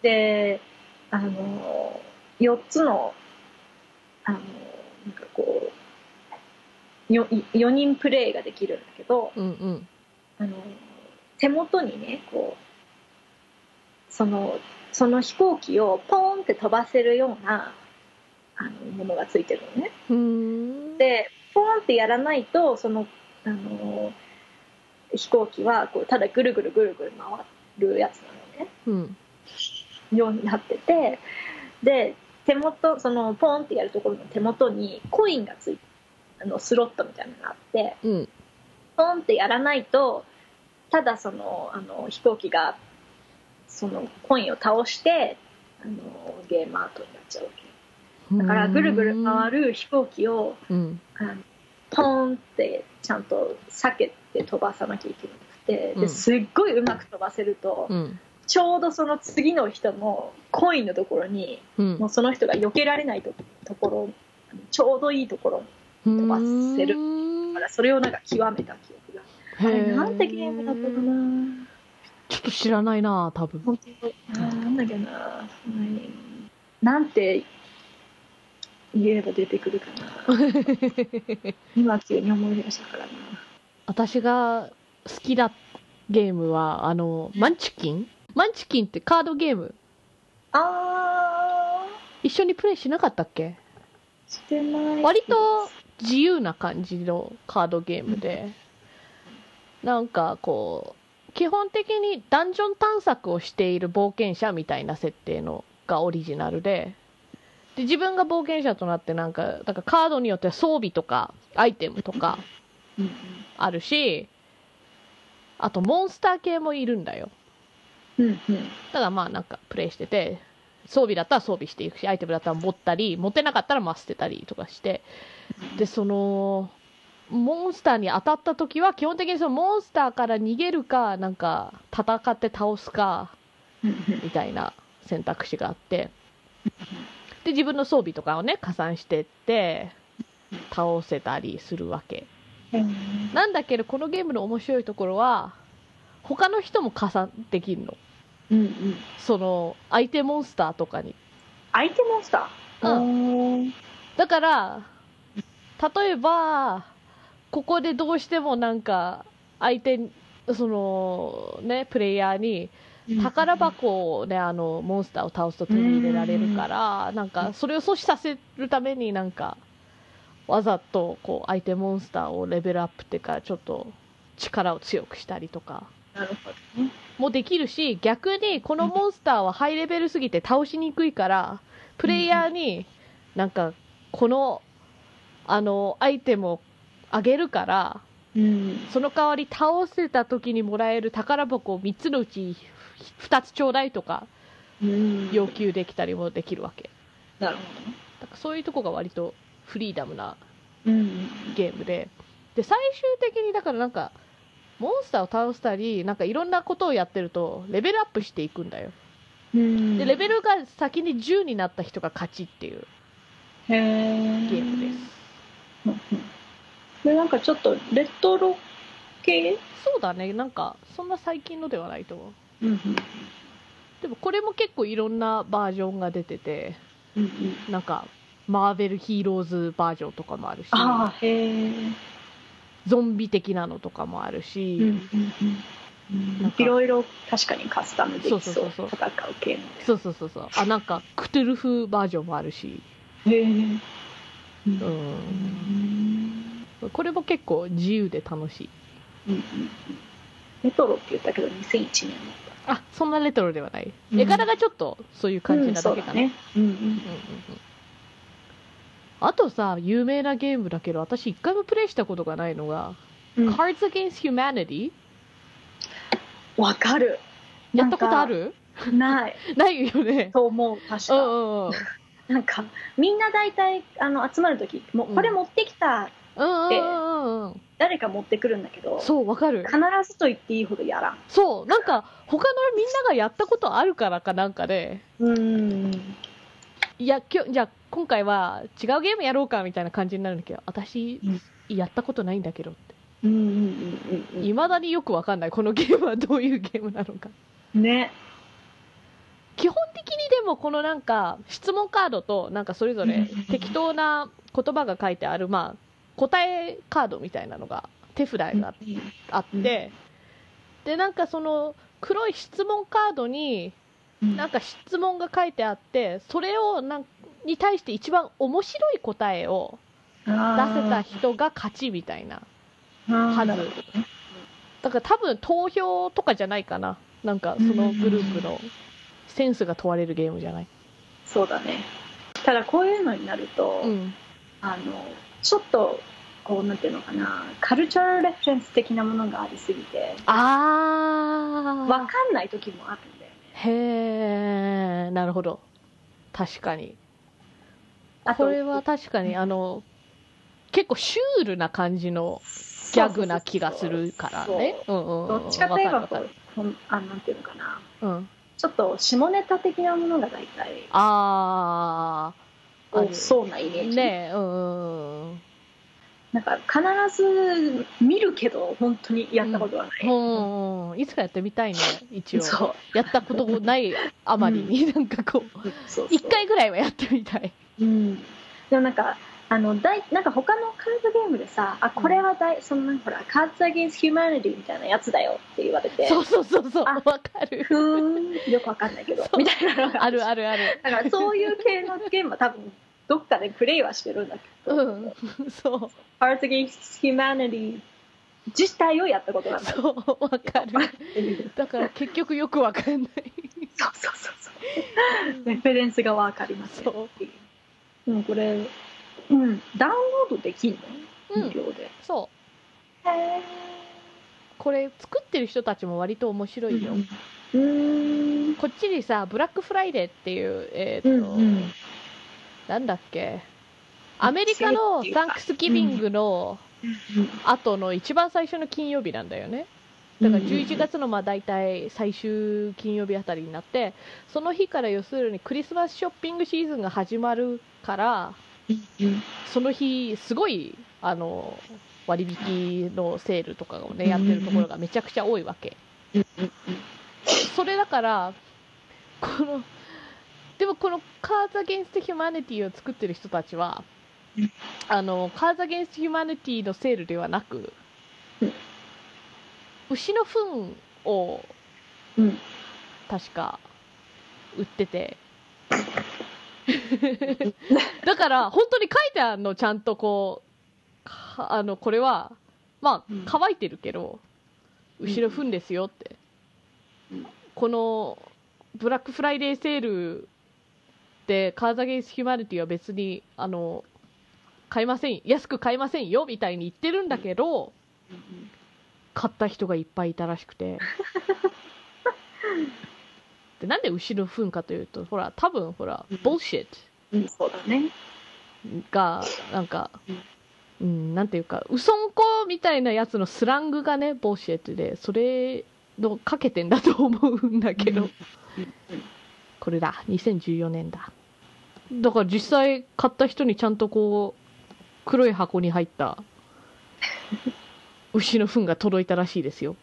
S2: であの4つのあのなんかこう 4, 4人プレイができるんだけど
S1: うんうん
S2: あの手元にねこうそのその飛行機をポーンって飛ばせるようなあのものがついてるのね。
S1: うーん
S2: でポーンってやらないとそのあの飛行機はこうただぐるぐるぐるぐる回るやつなのね。
S1: うん
S2: ようになっててで手元そのポンってやるところの手元にコインがついてあのスロットみたいなのがあって
S1: うん
S2: ポンってやらないとただそのあの飛行機がそのコインを倒してあのゲームアートになっちゃうわけだからぐるぐる回
S1: る
S2: る飛行機を
S1: うん
S2: あのポンってちゃんと避けて飛ばさなきゃいけなくて
S1: うん
S2: ですっごいうまく飛ばせると、
S1: うん
S2: ちょうどその次の人のコインのところに
S1: うん
S2: もうその人が避けられないとところちょうどいいところ
S1: 飛
S2: ばせるからそれをなんか極めた記憶があれなんてゲームだったかな
S1: ちょっと知らないな多分
S2: 本当あーなんだっけな、うんなんて言えば出てくるかな 今急に思い出したからな
S1: 私が好きだゲームはあのマンチキンマンチキンってカードゲーム
S2: あ
S1: 一緒にプレイしなかったっけ
S2: ーしてない
S1: 割と自由な感じのカードゲームでなんかこう基本的にダンジョン探索をしている冒険者みたいな設定のがオリジナルでで自分が冒険者となってなんかなんかカードによっては装備とかアイテムとか
S2: うんうん
S1: あるしあとモンスター系もいるんだよ
S2: うんうん
S1: ただまあなんかプレイしてて装備だったら装備していくしアイテムだったら持ったり持てなかったらまあ捨てたりとかしてでそのモンスターに当たった時は基本的にそのモンスターから逃げるかなんか戦って倒すか
S2: うん
S1: みたいな選択肢があってで自分の装備とかをね加算してって倒せたりするわけ
S2: うんうん
S1: なんだけどこのゲームの面白いところは他の人も加算できるの
S2: うんうん
S1: その相手モンスターとかに
S2: 相手モンスター
S1: う
S2: うん
S1: だから例えばここでどうしてもなんか相手にそのねプレイヤーに宝箱をねあのモンスターを倒すと手に入れられるからなんかそれを阻止させるためになんかわざとこう相手モンスターをレベルアップっていうかちょっと力を強くしたりとか
S2: なるほどね
S1: もできるし逆にこのモンスターはハイレベルすぎて倒しにくいからプレイヤーになんかこのあのアイテムをあげるから
S2: うん
S1: その代わり倒せた時にもらえる宝箱を3つのうち2つちょうだいとか
S2: うん
S1: 要求できたりもできるわけ
S2: なるほ
S1: だからそういうとこが割とフリーダムな
S2: どねうん
S1: ゲームでで最終的にだからなんかモンスターを倒したりなんかいろんなことをやってるとレベルアップしていくんだよ
S2: うん
S1: でレベルが先に10になった人が勝ちっていう
S2: へー
S1: ゲームです
S2: うんうんでなんかちょっとレトロ系
S1: そうだねなんかそんな最近のではないと思う
S2: うんうん
S1: でもこれも結構いろんなバージョンが出てて
S2: うんうん、
S1: なんかマーベルヒーローズバージョンとかもあるし
S2: ああへえ、うん
S1: ゾンビ的なのとかもある
S2: うんう
S1: し、
S2: んうん
S1: なんか
S2: いろいろ確かにカスタムできそう
S1: そうそうそう
S2: 戦う系の
S1: そうそうそうそうあなんかクトゥルフバージョンもあるし、
S2: へえ、うん
S1: う
S2: うん
S1: ん、これも結構自由で楽しい
S2: うんレトロって言ったけど2001年だった
S1: あそんなレトロではない、
S2: うん
S1: 絵柄がちょっとそういう感じなだ
S2: う
S1: け
S2: ん
S1: か
S2: そうだ
S1: な、
S2: ねうんうん
S1: うんうんうんあとさ有名なゲームだけど私一回もプレイしたことがないのが「
S2: うん
S1: Cards Against Humanity
S2: わかる」
S1: やったことある
S2: ない
S1: ないよね
S2: と思う確
S1: う
S2: か
S1: んうんうん
S2: なんかみんな大体あの集まる時もうこれ持ってきた、
S1: うんうんうんうん
S2: 誰か持ってくるんだけど
S1: そうわかる
S2: 必ずと言っていいほどやらん
S1: そうなんか他のみんながやったことあるからかなんかで
S2: うん
S1: いや今日じゃあ今回は違うゲームやろうかみたいな感じになるんだけど私
S2: うん
S1: やったことないんだけどって
S2: うんうんうんうん
S1: いまだによくわかんないこのゲームはどういうゲームなのか
S2: ね
S1: 基本的にでもこのなんか質問カードとなんかそれぞ
S2: うん
S1: れ
S2: うんうん
S1: 適当な言葉が書いてある、まあ、答えカードみたいなのが手札があって、
S2: うん
S1: でなんかその黒い質問カードになんか質問が書いてあってそれをなんに対して一番面白い答えを
S2: 出せ
S1: 出せた人が勝ちみたいなはずだから多分投票とかじゃないかななんかそのグループのセンスが問われるゲームじゃない、
S2: そうだねただこういうのになると、
S1: うん、
S2: あのちょっとこうなんていうのかなカルチャルレフェレンス的なものがありすぎて
S1: あ
S2: わ
S1: ー
S2: かんない時もあるんだよね
S1: へえなるほど確かに
S2: あと
S1: これは確かにあの結構シュールな感じのギャグな気がするからねうんうんうん
S2: どっちかといえば
S1: わ
S2: こ
S1: かるわ
S2: うほんあなんていうのかな
S1: かるうん
S2: ちょっと下ネタ的なものが大体
S1: ああ
S2: 多そうなイメージ、
S1: ねえうんうんうん
S2: なんか必ず見るけど本当にやったことはない、
S1: うんうんいつかやってみたいね一応
S2: そう
S1: やったことないあまりに、なんかこう
S2: そうそう
S1: 一回ぐらいはやってみたい
S2: うんでもなんかあのだいなんか他のカードゲームでさあこれはだい、そのなんかほらカーズ・アゲインス・ヒューマニティみたいなやつだよって言われて
S1: そうそうそうそう
S2: あ
S1: わかる
S2: ふーんよくわかんないけどみたいなのが
S1: あるあるある
S2: だからそういう系のゲームは多分どっかでプレイはしてるんだけど、
S1: うんそう
S2: カーズ・アゲインス・ヒューマニティ自体をやったことがない
S1: そうわかる
S2: っていう
S1: だから結局よくわかんない
S2: そうそうそうそうレフェレンスがわかります
S1: そ
S2: よでもこれ、うん、ダウンロードできんの、
S1: うん
S2: 無料で
S1: そう
S2: へ
S1: これ作ってる人たちも割と面白いよ、
S2: うーん
S1: こっちにさブラックフライデーっていうえ
S2: う
S1: ーっ
S2: ん
S1: と、
S2: うん
S1: なんだっけアメリカのサンクスギビングの後の一番最初の金曜日なんだよねだから11月のまあ大体最終金曜日あたりになってその日から要するにクリスマスショッピングシーズンが始まるからその日すごいあの割引のセールとかをねやってるところがめちゃくちゃ多いわけそれだからこのでもこのカーズ・アゲンスト・ヒューマニティを作ってる人たちは
S2: うん
S1: あのカーズ・アゲンスト・ヒューマニティのセールではなく
S2: うん
S1: 牛の糞を
S2: うん
S1: 確か売ってて だから本当に書いてあるのちゃんとこうかあのこれはまあ
S2: うん
S1: 乾いてるけど、後ろ踏んですよって、
S2: うん
S1: このブラックフライデーセールでカーザ・ゲインス・ヒューマニティは別にあの買いません安く買いませんよみたいに言ってるんだけど、買った人がいっぱいいたらしくてでなんで牛の糞かというとほら多分ほら
S2: うん
S1: ボーシッ
S2: うんそうだね
S1: トがなんかうんなんていうかうそんこみたいなやつのスラングがねボーシットでそれのかけてんだと思うんだけど、
S2: うん
S1: これだ2014年だだから実際買った人にちゃんとこう黒い箱に入った 牛の糞が届いたらしいですよ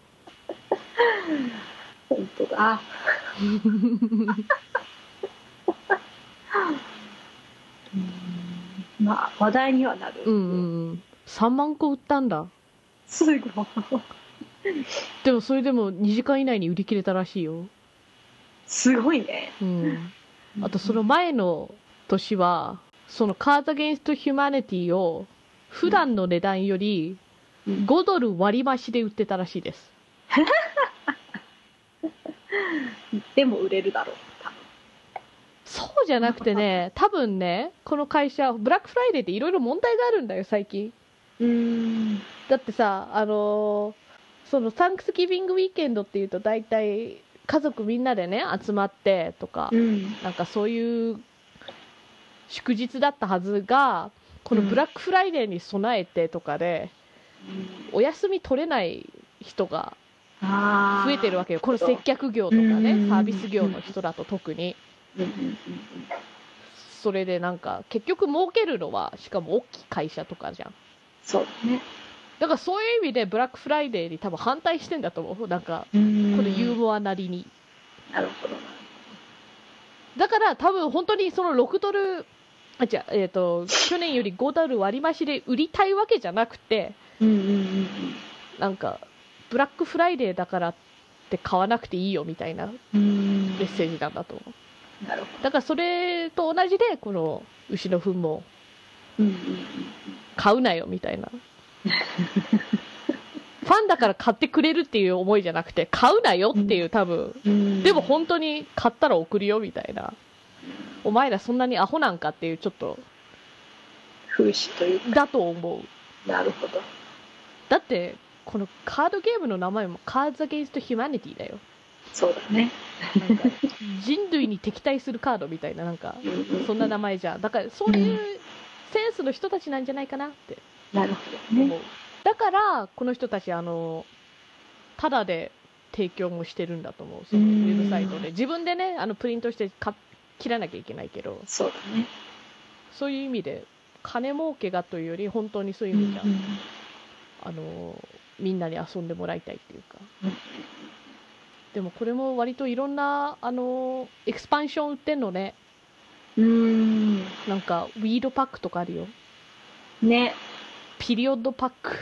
S2: 本当だ うんまあ話題にはなる、
S1: うんうんうん3万個売ったんだ
S2: すごい
S1: でもそれでも2時間以内に売り切れたらしいよ
S2: すごいね
S1: うんあとその前の年はそのカーズ・アゲンスト・ヒューマネティを普段の値段より
S2: うん
S1: 5ドル割り増しで売ってたらしいです
S2: でも売れるだろう多分
S1: そうじゃなくてね多分ねこの会社ブラックフライデーっていろいろ問題があるんだよ最近
S2: うん
S1: だってさあのーそのサンクスギビングウィーケンドっていうと大体家族みんなでね集まってとか、
S2: うん
S1: なんかそういう祝日だったはずがこのブラックフライデーに備えてとかで、お休み取れない人が増えてるわけよこの接客業とか
S2: うんうんう
S1: ね
S2: ん
S1: サービス業の人だと特に
S2: うんうんうん
S1: それでなんか結局儲けるのはしかも大きい会社とかじゃん
S2: そうね
S1: だからそういう意味でブラックフライデーに多分反対してんだと思うなんかこのユーモアなりに
S2: なるほどな
S1: だから多分本当にその6ドルあじゃえっ、と去年より5ドル割り増しで売りたいわけじゃなくて
S2: うんうんうん
S1: なんかブラックフライデーだからって買わなくていいよみたいな
S2: うんうん
S1: メッセージなんだと思う
S2: なるほ
S1: だからそれと同じでこの牛の糞も
S2: どうんうんうん
S1: 買うなよみたいなファンだから買ってくれるっていう思いじゃなくて買うなよっていう多分
S2: うん
S1: でも本当に買ったら送るよみたいなお前らそんなにアホなんかっていうちょっと
S2: 風刺というか
S1: だと思う
S2: なるほど
S1: だってこのカードゲームの名前もカーズ・アゲインスト・ヒューマニティだよ
S2: そうだね
S1: なんか人類に敵対するカードみたいななんか
S2: うんうんうん
S1: そんな名前じゃんだからそういうセンスの人たちなんじゃないかなって
S2: なるほど
S1: 思
S2: ね
S1: うだからこの人たちあのただで提供もしてるんだと思うそのウェブサイトで自分でねあのプリントして買っ切らなきゃいけないけど
S2: そうだね
S1: そういう意味で金儲けがというより本当にそういううん意味
S2: うん
S1: じゃん、あのみんなに遊んでもらいたいっていうか、
S2: うん
S1: でもこれも割といろんなあのエクスパンション売ってんのね
S2: うん
S1: なんかウィードパックとかあるよ
S2: ね
S1: ピリオドパック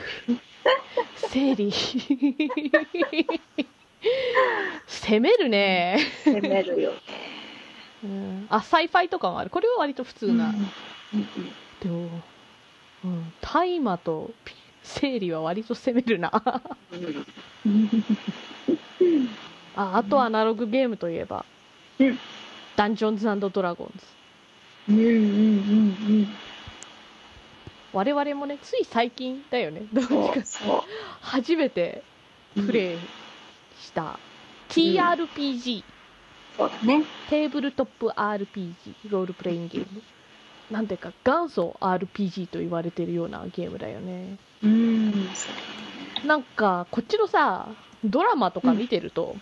S1: 生理攻めるね、
S2: 攻める よね
S1: うんあサイファイとかもあるこれは割と普通な、
S2: うんうん
S1: でも、うん、大麻とピ生理は割と攻めるな ああとアナログゲームといえば、
S2: うん
S1: ダンジョンズドラゴンズ
S2: うんうんうん
S1: 我々もねつい最近だよね
S2: そうそ
S1: 初めて
S2: う
S1: プレイした、TRPG、
S2: そうだね
S1: テーブルトップ RPG ロールプレイングゲームなんていうか元祖 RPG と言われてるようなゲームだよね
S2: うんそう
S1: なんかこっちのさドラマとか見てると、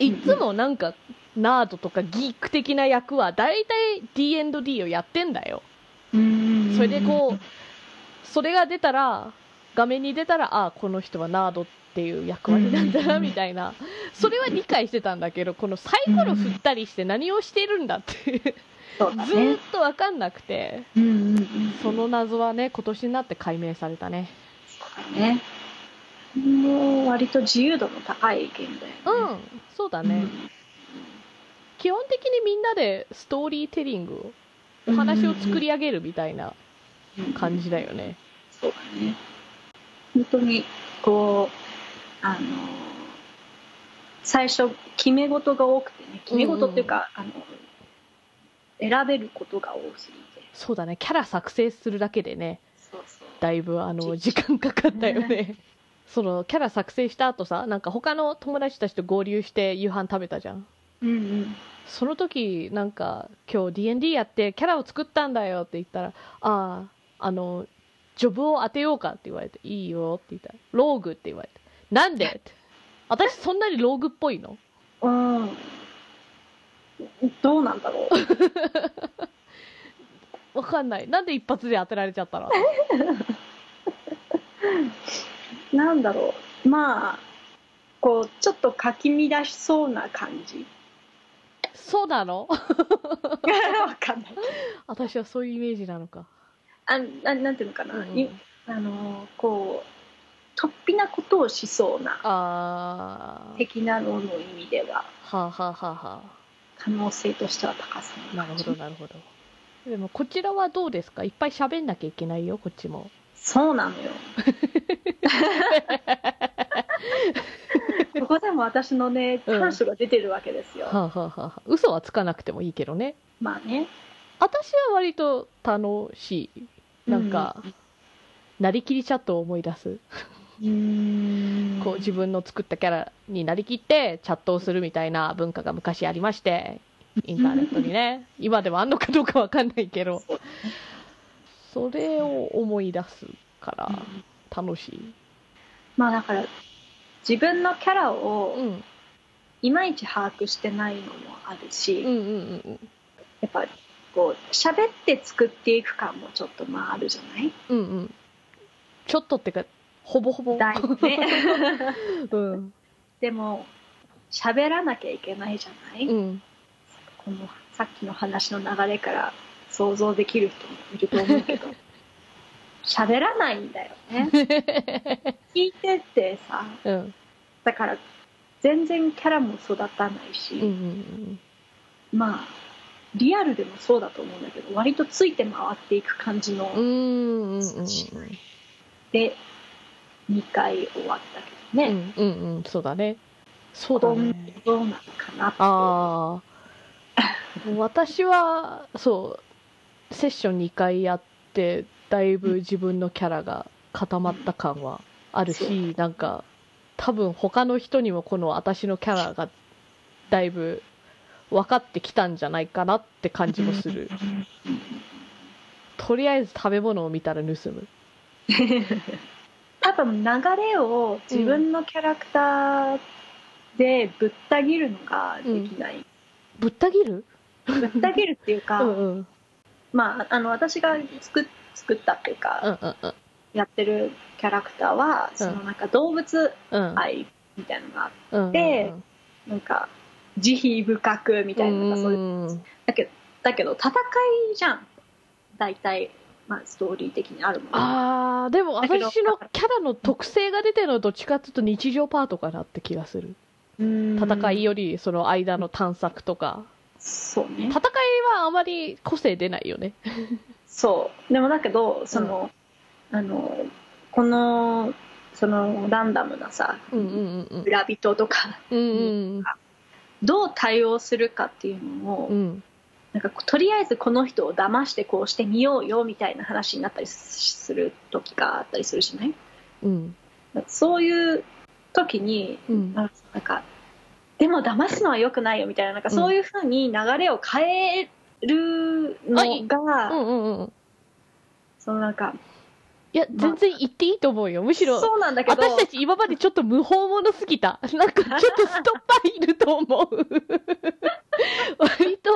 S1: いつもなんかナードとかギーク的な役は大体 D&D をやってんだよ
S2: うん
S1: それでこうそれが出たら画面に出たらああこの人はナードっていう役割なんだ
S2: う
S1: なんみたいなそれは理解してたんだけどこのサイコロ振ったりして何をしてるんだっていう
S2: そうだ
S1: ずー
S2: ね
S1: っと分かんなくて
S2: うんうんうん
S1: その謎はね今年になって解明されたね
S2: そうだねもう割と自由度の高いゲームだ
S1: う
S2: よね
S1: んそうだね基本的にみんなでストーリーテリングをお話を作り上げるみたいな感じだよね
S2: そうだね。本当に、こう、あの、最初、決め事が多くてね、決め事っていうか、あの、選べることが多すぎて。
S1: そうだねキャラ作成するだけでね
S2: そうそう。
S1: だいぶあの
S2: じ
S1: 時間かかったよねそのキャラ作成した後さなんか他の友達たちと合流して夕飯食べたじゃん
S2: うんうん。
S1: その時なんか今日 D&D やってキャラを作ったんだよって言ったらあああのジョブを当てようかって言われていいよって言ったらローグって言われてなんでって私そんなにローグっぽいの
S2: うん。どうなんだろう。
S1: わかんないなんで一発で当てられちゃったの
S2: なんだろう。まあ、こう、ちょっとかき乱しそうな感じ。
S1: そうなの
S2: わかんない
S1: 私はそういうイメージなのか。
S2: あななんていうのかな、
S1: うん
S2: いあのこう突飛なことをしそうな
S1: あー。
S2: 的なのの意味では
S1: はあ、はあはあは
S2: 可能性としては高さ
S1: あ、
S2: な
S1: な
S2: 感
S1: る
S2: じ
S1: ほどなるほど。でもこちらはどうですかいっぱい喋んなきゃいけないよ、こっちも。
S2: そう なのよここでも私のね
S1: うん
S2: 短所が出てるわけですよ、
S1: はあ、はあはあはあ、嘘はつかなくてもいいけどね。
S2: まあね
S1: 私は割と楽しい。なんか、なりきりチャットを思い出す。
S2: うん
S1: こう自分の作ったキャラになりきってチャットをするみたいな文化が昔ありましてインターネットにね今でもあんのかどうかわかんないけど
S2: そう
S1: それを思い出すから
S2: うん
S1: 楽しい、
S2: まあだから自分のキャラを
S1: うん、うん
S2: いまいち把握してないのもあるし、
S1: うんうんうん
S2: やっぱこう喋って作っていく感もちょっとまああるじゃない
S1: うんうんちょっとってかほぼほぼ、
S2: だいね
S1: うん
S2: でも喋らなきゃいけないじゃない、
S1: うん、
S2: このさっきの話の流れから想像できる人もいると思うけ ど喋らないんだよね聞いてってさ
S1: うんうん
S2: だから全然キャラも育たないし、
S1: うんうん
S2: まあリアルでもそうだと思うんだけど割とついて回っていく感じの、
S1: うんうんうんうん
S2: で2回終わったけどね、
S1: うんうんうんそうだねそうだ
S2: 今
S1: ね
S2: 後どうなのかなって
S1: あ あ私はそうセッション2回やってだいぶ自分のキャラが固まった感はある
S2: そ
S1: しなんか多分他の人にもこの私のキャラがだいぶ分かってきたんじゃないかなって感じもするとりあえず食べ物を見たら盗む
S2: 多分流れを自分のキャラクターでぶった切るのができない、
S1: ぶった切る
S2: ぶった切るっていう か、
S1: うんうんうん
S2: まああの私が作っ作ったっていうか、
S1: うんうん
S2: やってるキャラクターはそのなんか動物
S1: うん
S2: 愛みたいなのがあっ
S1: うん
S2: でてなんか慈悲深くみたいなのがそういう
S1: うん
S2: だけどだけど戦いじゃん大体、まあ、ストーリー的にあるもの
S1: あーでも
S2: だけど
S1: 私のキャラの特性が出てるのはどっちかっていうと日常パートかなって気がする戦
S2: 戦
S1: いよりその間の探索とか
S2: そうね
S1: 戦いはあまり個性出ないよね
S2: そうでもだけどその、あのこのそのランダムなさ、
S1: うんうんうん
S2: 村人とか
S1: うんうん
S2: どう対応するかっていうのを、
S1: うんうん
S2: なんかとりあえずこの人を騙してこうしてみようよみたいな話になったりする時があったりするじゃない
S1: うん
S2: そういう時に
S1: うん
S2: なんかでも騙すのは良くないよみたいななんかそういうふうに流れを変えるのが、
S1: うんうんうん
S2: そのなんか
S1: いや全然言っていいと思うよむしろ
S2: そうなんだけど
S1: 私たち今までちょっと無法者すぎた なんかちょっとストッパーいると思 う割と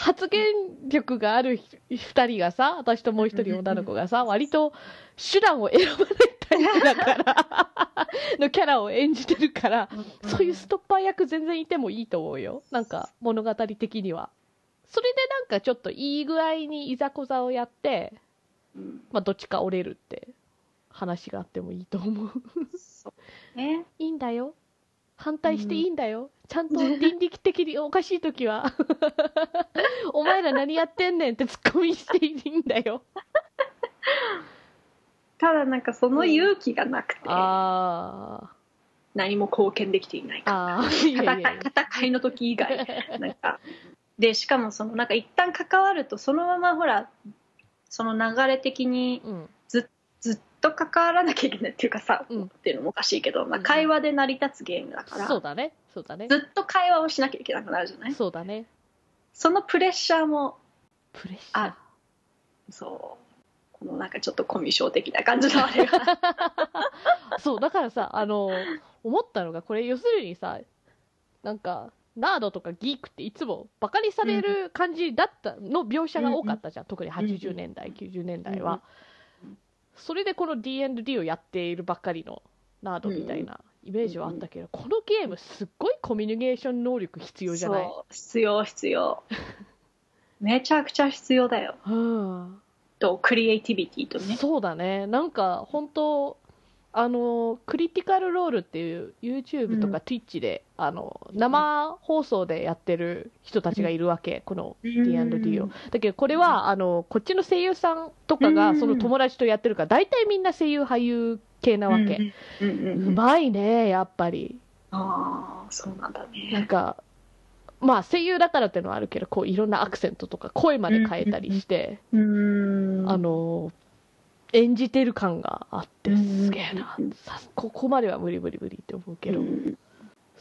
S1: 発言力があるひ二人がさ私ともう一人女の子がさ割と手段を選ばないタイプだから のキャラを演じてるからそういうストッパー役全然いてもいいと思うよなんか物語的にはそれでなんかちょっといい具合にいざこざをやって、
S2: うん
S1: まあ、どっちか折れるって話があってもいいと思う
S2: そうね
S1: いいんだよ。反対していいんだよ。ちゃんと倫理的におかしいとき は、お前ら何やってんねんってツッコミしていいんだよ。
S2: ただなんかその勇気がなくて
S1: あ
S2: 何も貢献できていない
S1: あ。
S2: か
S1: ああ。いやい
S2: 戦
S1: やい
S2: い
S1: や
S2: 戦いの時以外なんかでしかもそのなんか一旦関わるとそのままほらその流れ的 に
S1: うん。
S2: ずっと関わらなきゃいけないっていうかさ、
S1: うん
S2: っていうのもおかしいけど、まあ、
S1: うん
S2: 会話で成り立つゲームだから、
S1: そうだね。そうだね。
S2: ずっと会話をしなきゃいけなくなるじゃない
S1: そうだね。
S2: そのプレッシャーも
S1: プレッシャー
S2: あ。そうこのなんかちょっとコミュ障的な感じのあれが
S1: そう、だからさ、あの、思ったのが、これ要するにさ、なんか、ナードとかギークっていつもバカにされる感じだったの描写が多かったじゃん、特に80年代、90年代は、それでこの D&D をやっているばっかりのナードみたいなイメージはあったけど、このゲームすっごいコミュニケーション能力必要じゃない
S2: そう必要必要めちゃくちゃ必要だよ
S1: うん
S2: とクリエイティビティとね
S1: そうだねなんか本当あのクリティカルロールっていう YouTube と
S2: うん
S1: か Twitch で、あの生放送でやってる人たちがいるわけ、この D&D を、
S2: うん
S1: だけどこれは、あのこっちの声優さんとか
S2: う
S1: が
S2: ん
S1: その友達とやってるから大体みんな声優俳優系なわけ、
S2: うんうんうんうん
S1: うまいねやっぱり
S2: ああそうなんだ
S1: なん
S2: ね
S1: か、まあ声優だからっていうのはあるけど、こういろんなアクセントとか声まで変えたりして、
S2: うーん
S1: あの、演じてる感があって、
S2: うん
S1: すげえな、さここまでは無理無理無理って思うけど、
S2: うん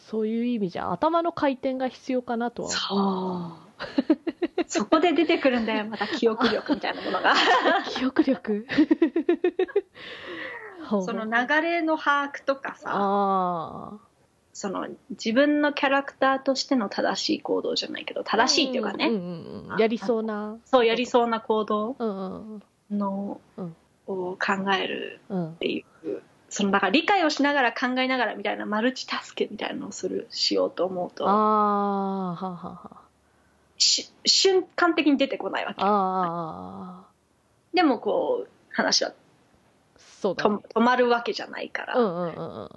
S1: そういう意味じゃ頭の回転が必要かなとは。
S2: そう そこで出てくるんだよまた記憶力みたいなものが
S1: 記憶 力ほう
S2: その流れの把握とかさ
S1: ああ。
S2: その自分のキャラクターとしての正しい行動じゃないけど正しいっていうかね、
S1: んんうんやりそうな。
S2: そうやりそうな行動
S1: うんうん
S2: の、
S1: うん
S2: を考える
S1: うん。うん
S2: っ。ていうそのだから理解をしながら考えながらみたいなマルチタスクみたいなのをするしようと思う
S1: ああ、は
S2: と
S1: あはあはあ。
S2: し瞬間的に出てこないわけ
S1: ああ。
S2: でもこう話は
S1: そうだ、
S2: と
S1: ね。
S2: 止まるわけじゃないから、
S1: うんうんうんうん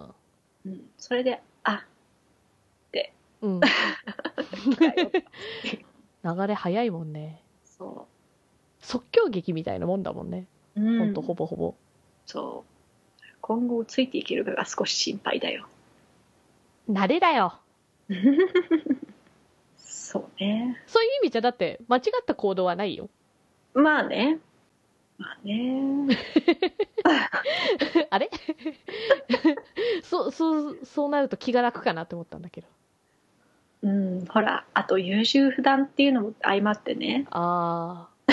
S2: うんそれであ
S1: うん。うん。
S2: 来たよ
S1: 流れ早いもんね
S2: そ
S1: 即興劇みたいなもんだもんね、
S2: う、うん、
S1: ほんとほぼほぼ
S2: そう今後ついていけるかが少し心配だよ
S1: 慣れだよ
S2: そうね
S1: そういう意味じゃだって間違った行動はないよ
S2: まあねまあね
S1: あれそうそうそうなると気が楽かなって思ったんだけど
S2: うんほらあと優柔不断っていうのも相まってね
S1: ああ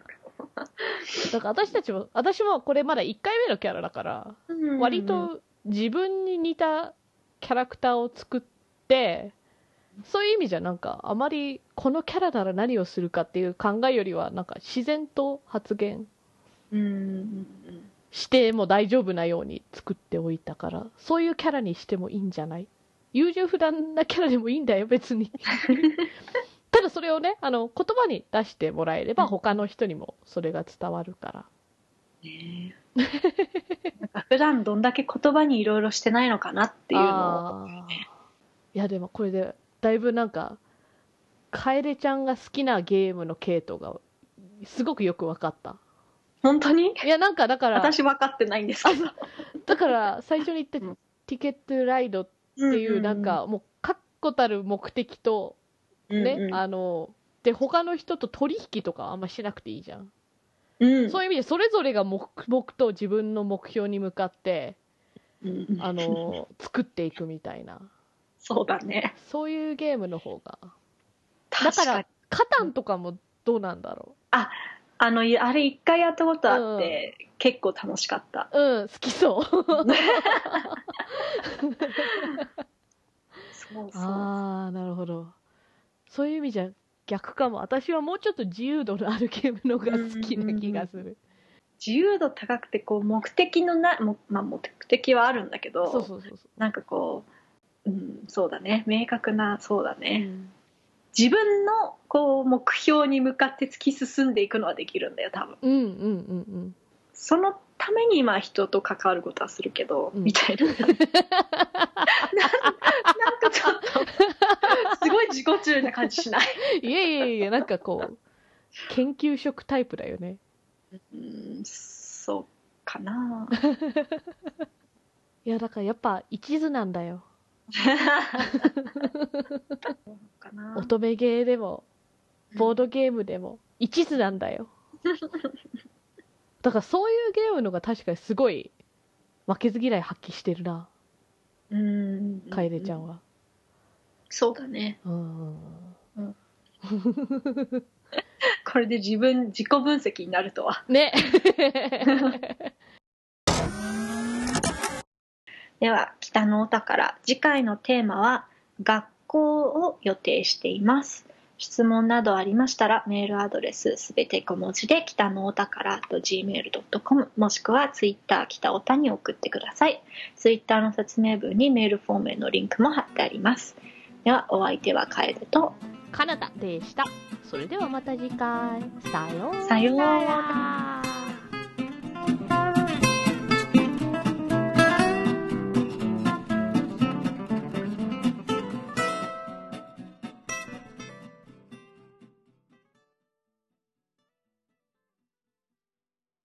S1: だから私たちも私もこれまだ1回目のキャラだから割と自分に似たキャラクターを作ってそういう意味じゃなんかあまりこのキャラなら何をするかっていう考えよりはなんか自然と発言
S2: うんうん
S1: しても大丈夫なように作っておいたからそういうキャラにしてもいいんじゃない優柔不断なキャラでもいいんだよ別 にただそれをねあの言葉に出してもらえれば他の人にもそれが伝わるから
S2: ねえなんか普段どんだけ言葉にいろいろしてないのかなっていうのを
S1: あーいやでもこれでだいぶなんか楓ちゃんが好きなゲームの系統がすごくよく分かった
S2: 本当に
S1: いやなんかだから
S2: 私分かってないんですけどっ
S1: だから最初に言
S2: う
S1: った
S2: ん
S1: ティケットライドってていうなんかもう確固たる目的とね、あので他の人と取引とかはあんましなくていいじゃん、そういう意味でそれぞれが黙々と自分の目標に向かってあの 作っていくみたいな
S2: そうだね
S1: そういうゲームの方がだ
S2: 確
S1: か
S2: からに
S1: カタンとかもどうなんだろ
S2: あのいあれ一回やったことあって、結構楽しかった
S1: ううん好きそう
S2: そうそう
S1: ああなるほどそういう意味じゃ逆かも私はもうちょっと自由度のあるゲームの方が好きな気がする
S2: 自由度高くてこう目的のないも、まあ、目的はあるんだけど
S1: そうそうそうそ
S2: なんかこう、うん、そうだね明確なそうだ
S1: う、う
S2: ね、
S1: ん
S2: 自分のこう目標に向かって突き進んでいくのはできるんだよ多分
S1: うんうんうんうん
S2: そのために今人と関わることはするけど、
S1: うん
S2: みた いななんなんかちょっとすごい自己中な感じしない
S1: いやいやいやなんかこう研究職タイプだよね
S2: うんそうかな い
S1: やだからやっぱ一途なんだよ
S2: そうかな
S1: 乙女ゲーでもボードゲームでも一途なんだよだからそういうゲームのが確かにすごい負けず嫌い発揮してるな
S2: うん
S1: 楓ちゃんは
S2: そうだね
S1: うん
S2: これで自分自己分析になるとは
S1: ね
S2: では北のお宝次回のテーマは学校を予定しています質問などありましたらメールアドレスすべて小文字で北のおたから .gmail.com もしくはツイッター北おたに送ってくださいツイッターの説明文にメールフォームへのリンクも貼ってありますではお相手は楓と
S1: カナダでしたそれではまた次回さよう
S2: さような
S1: なら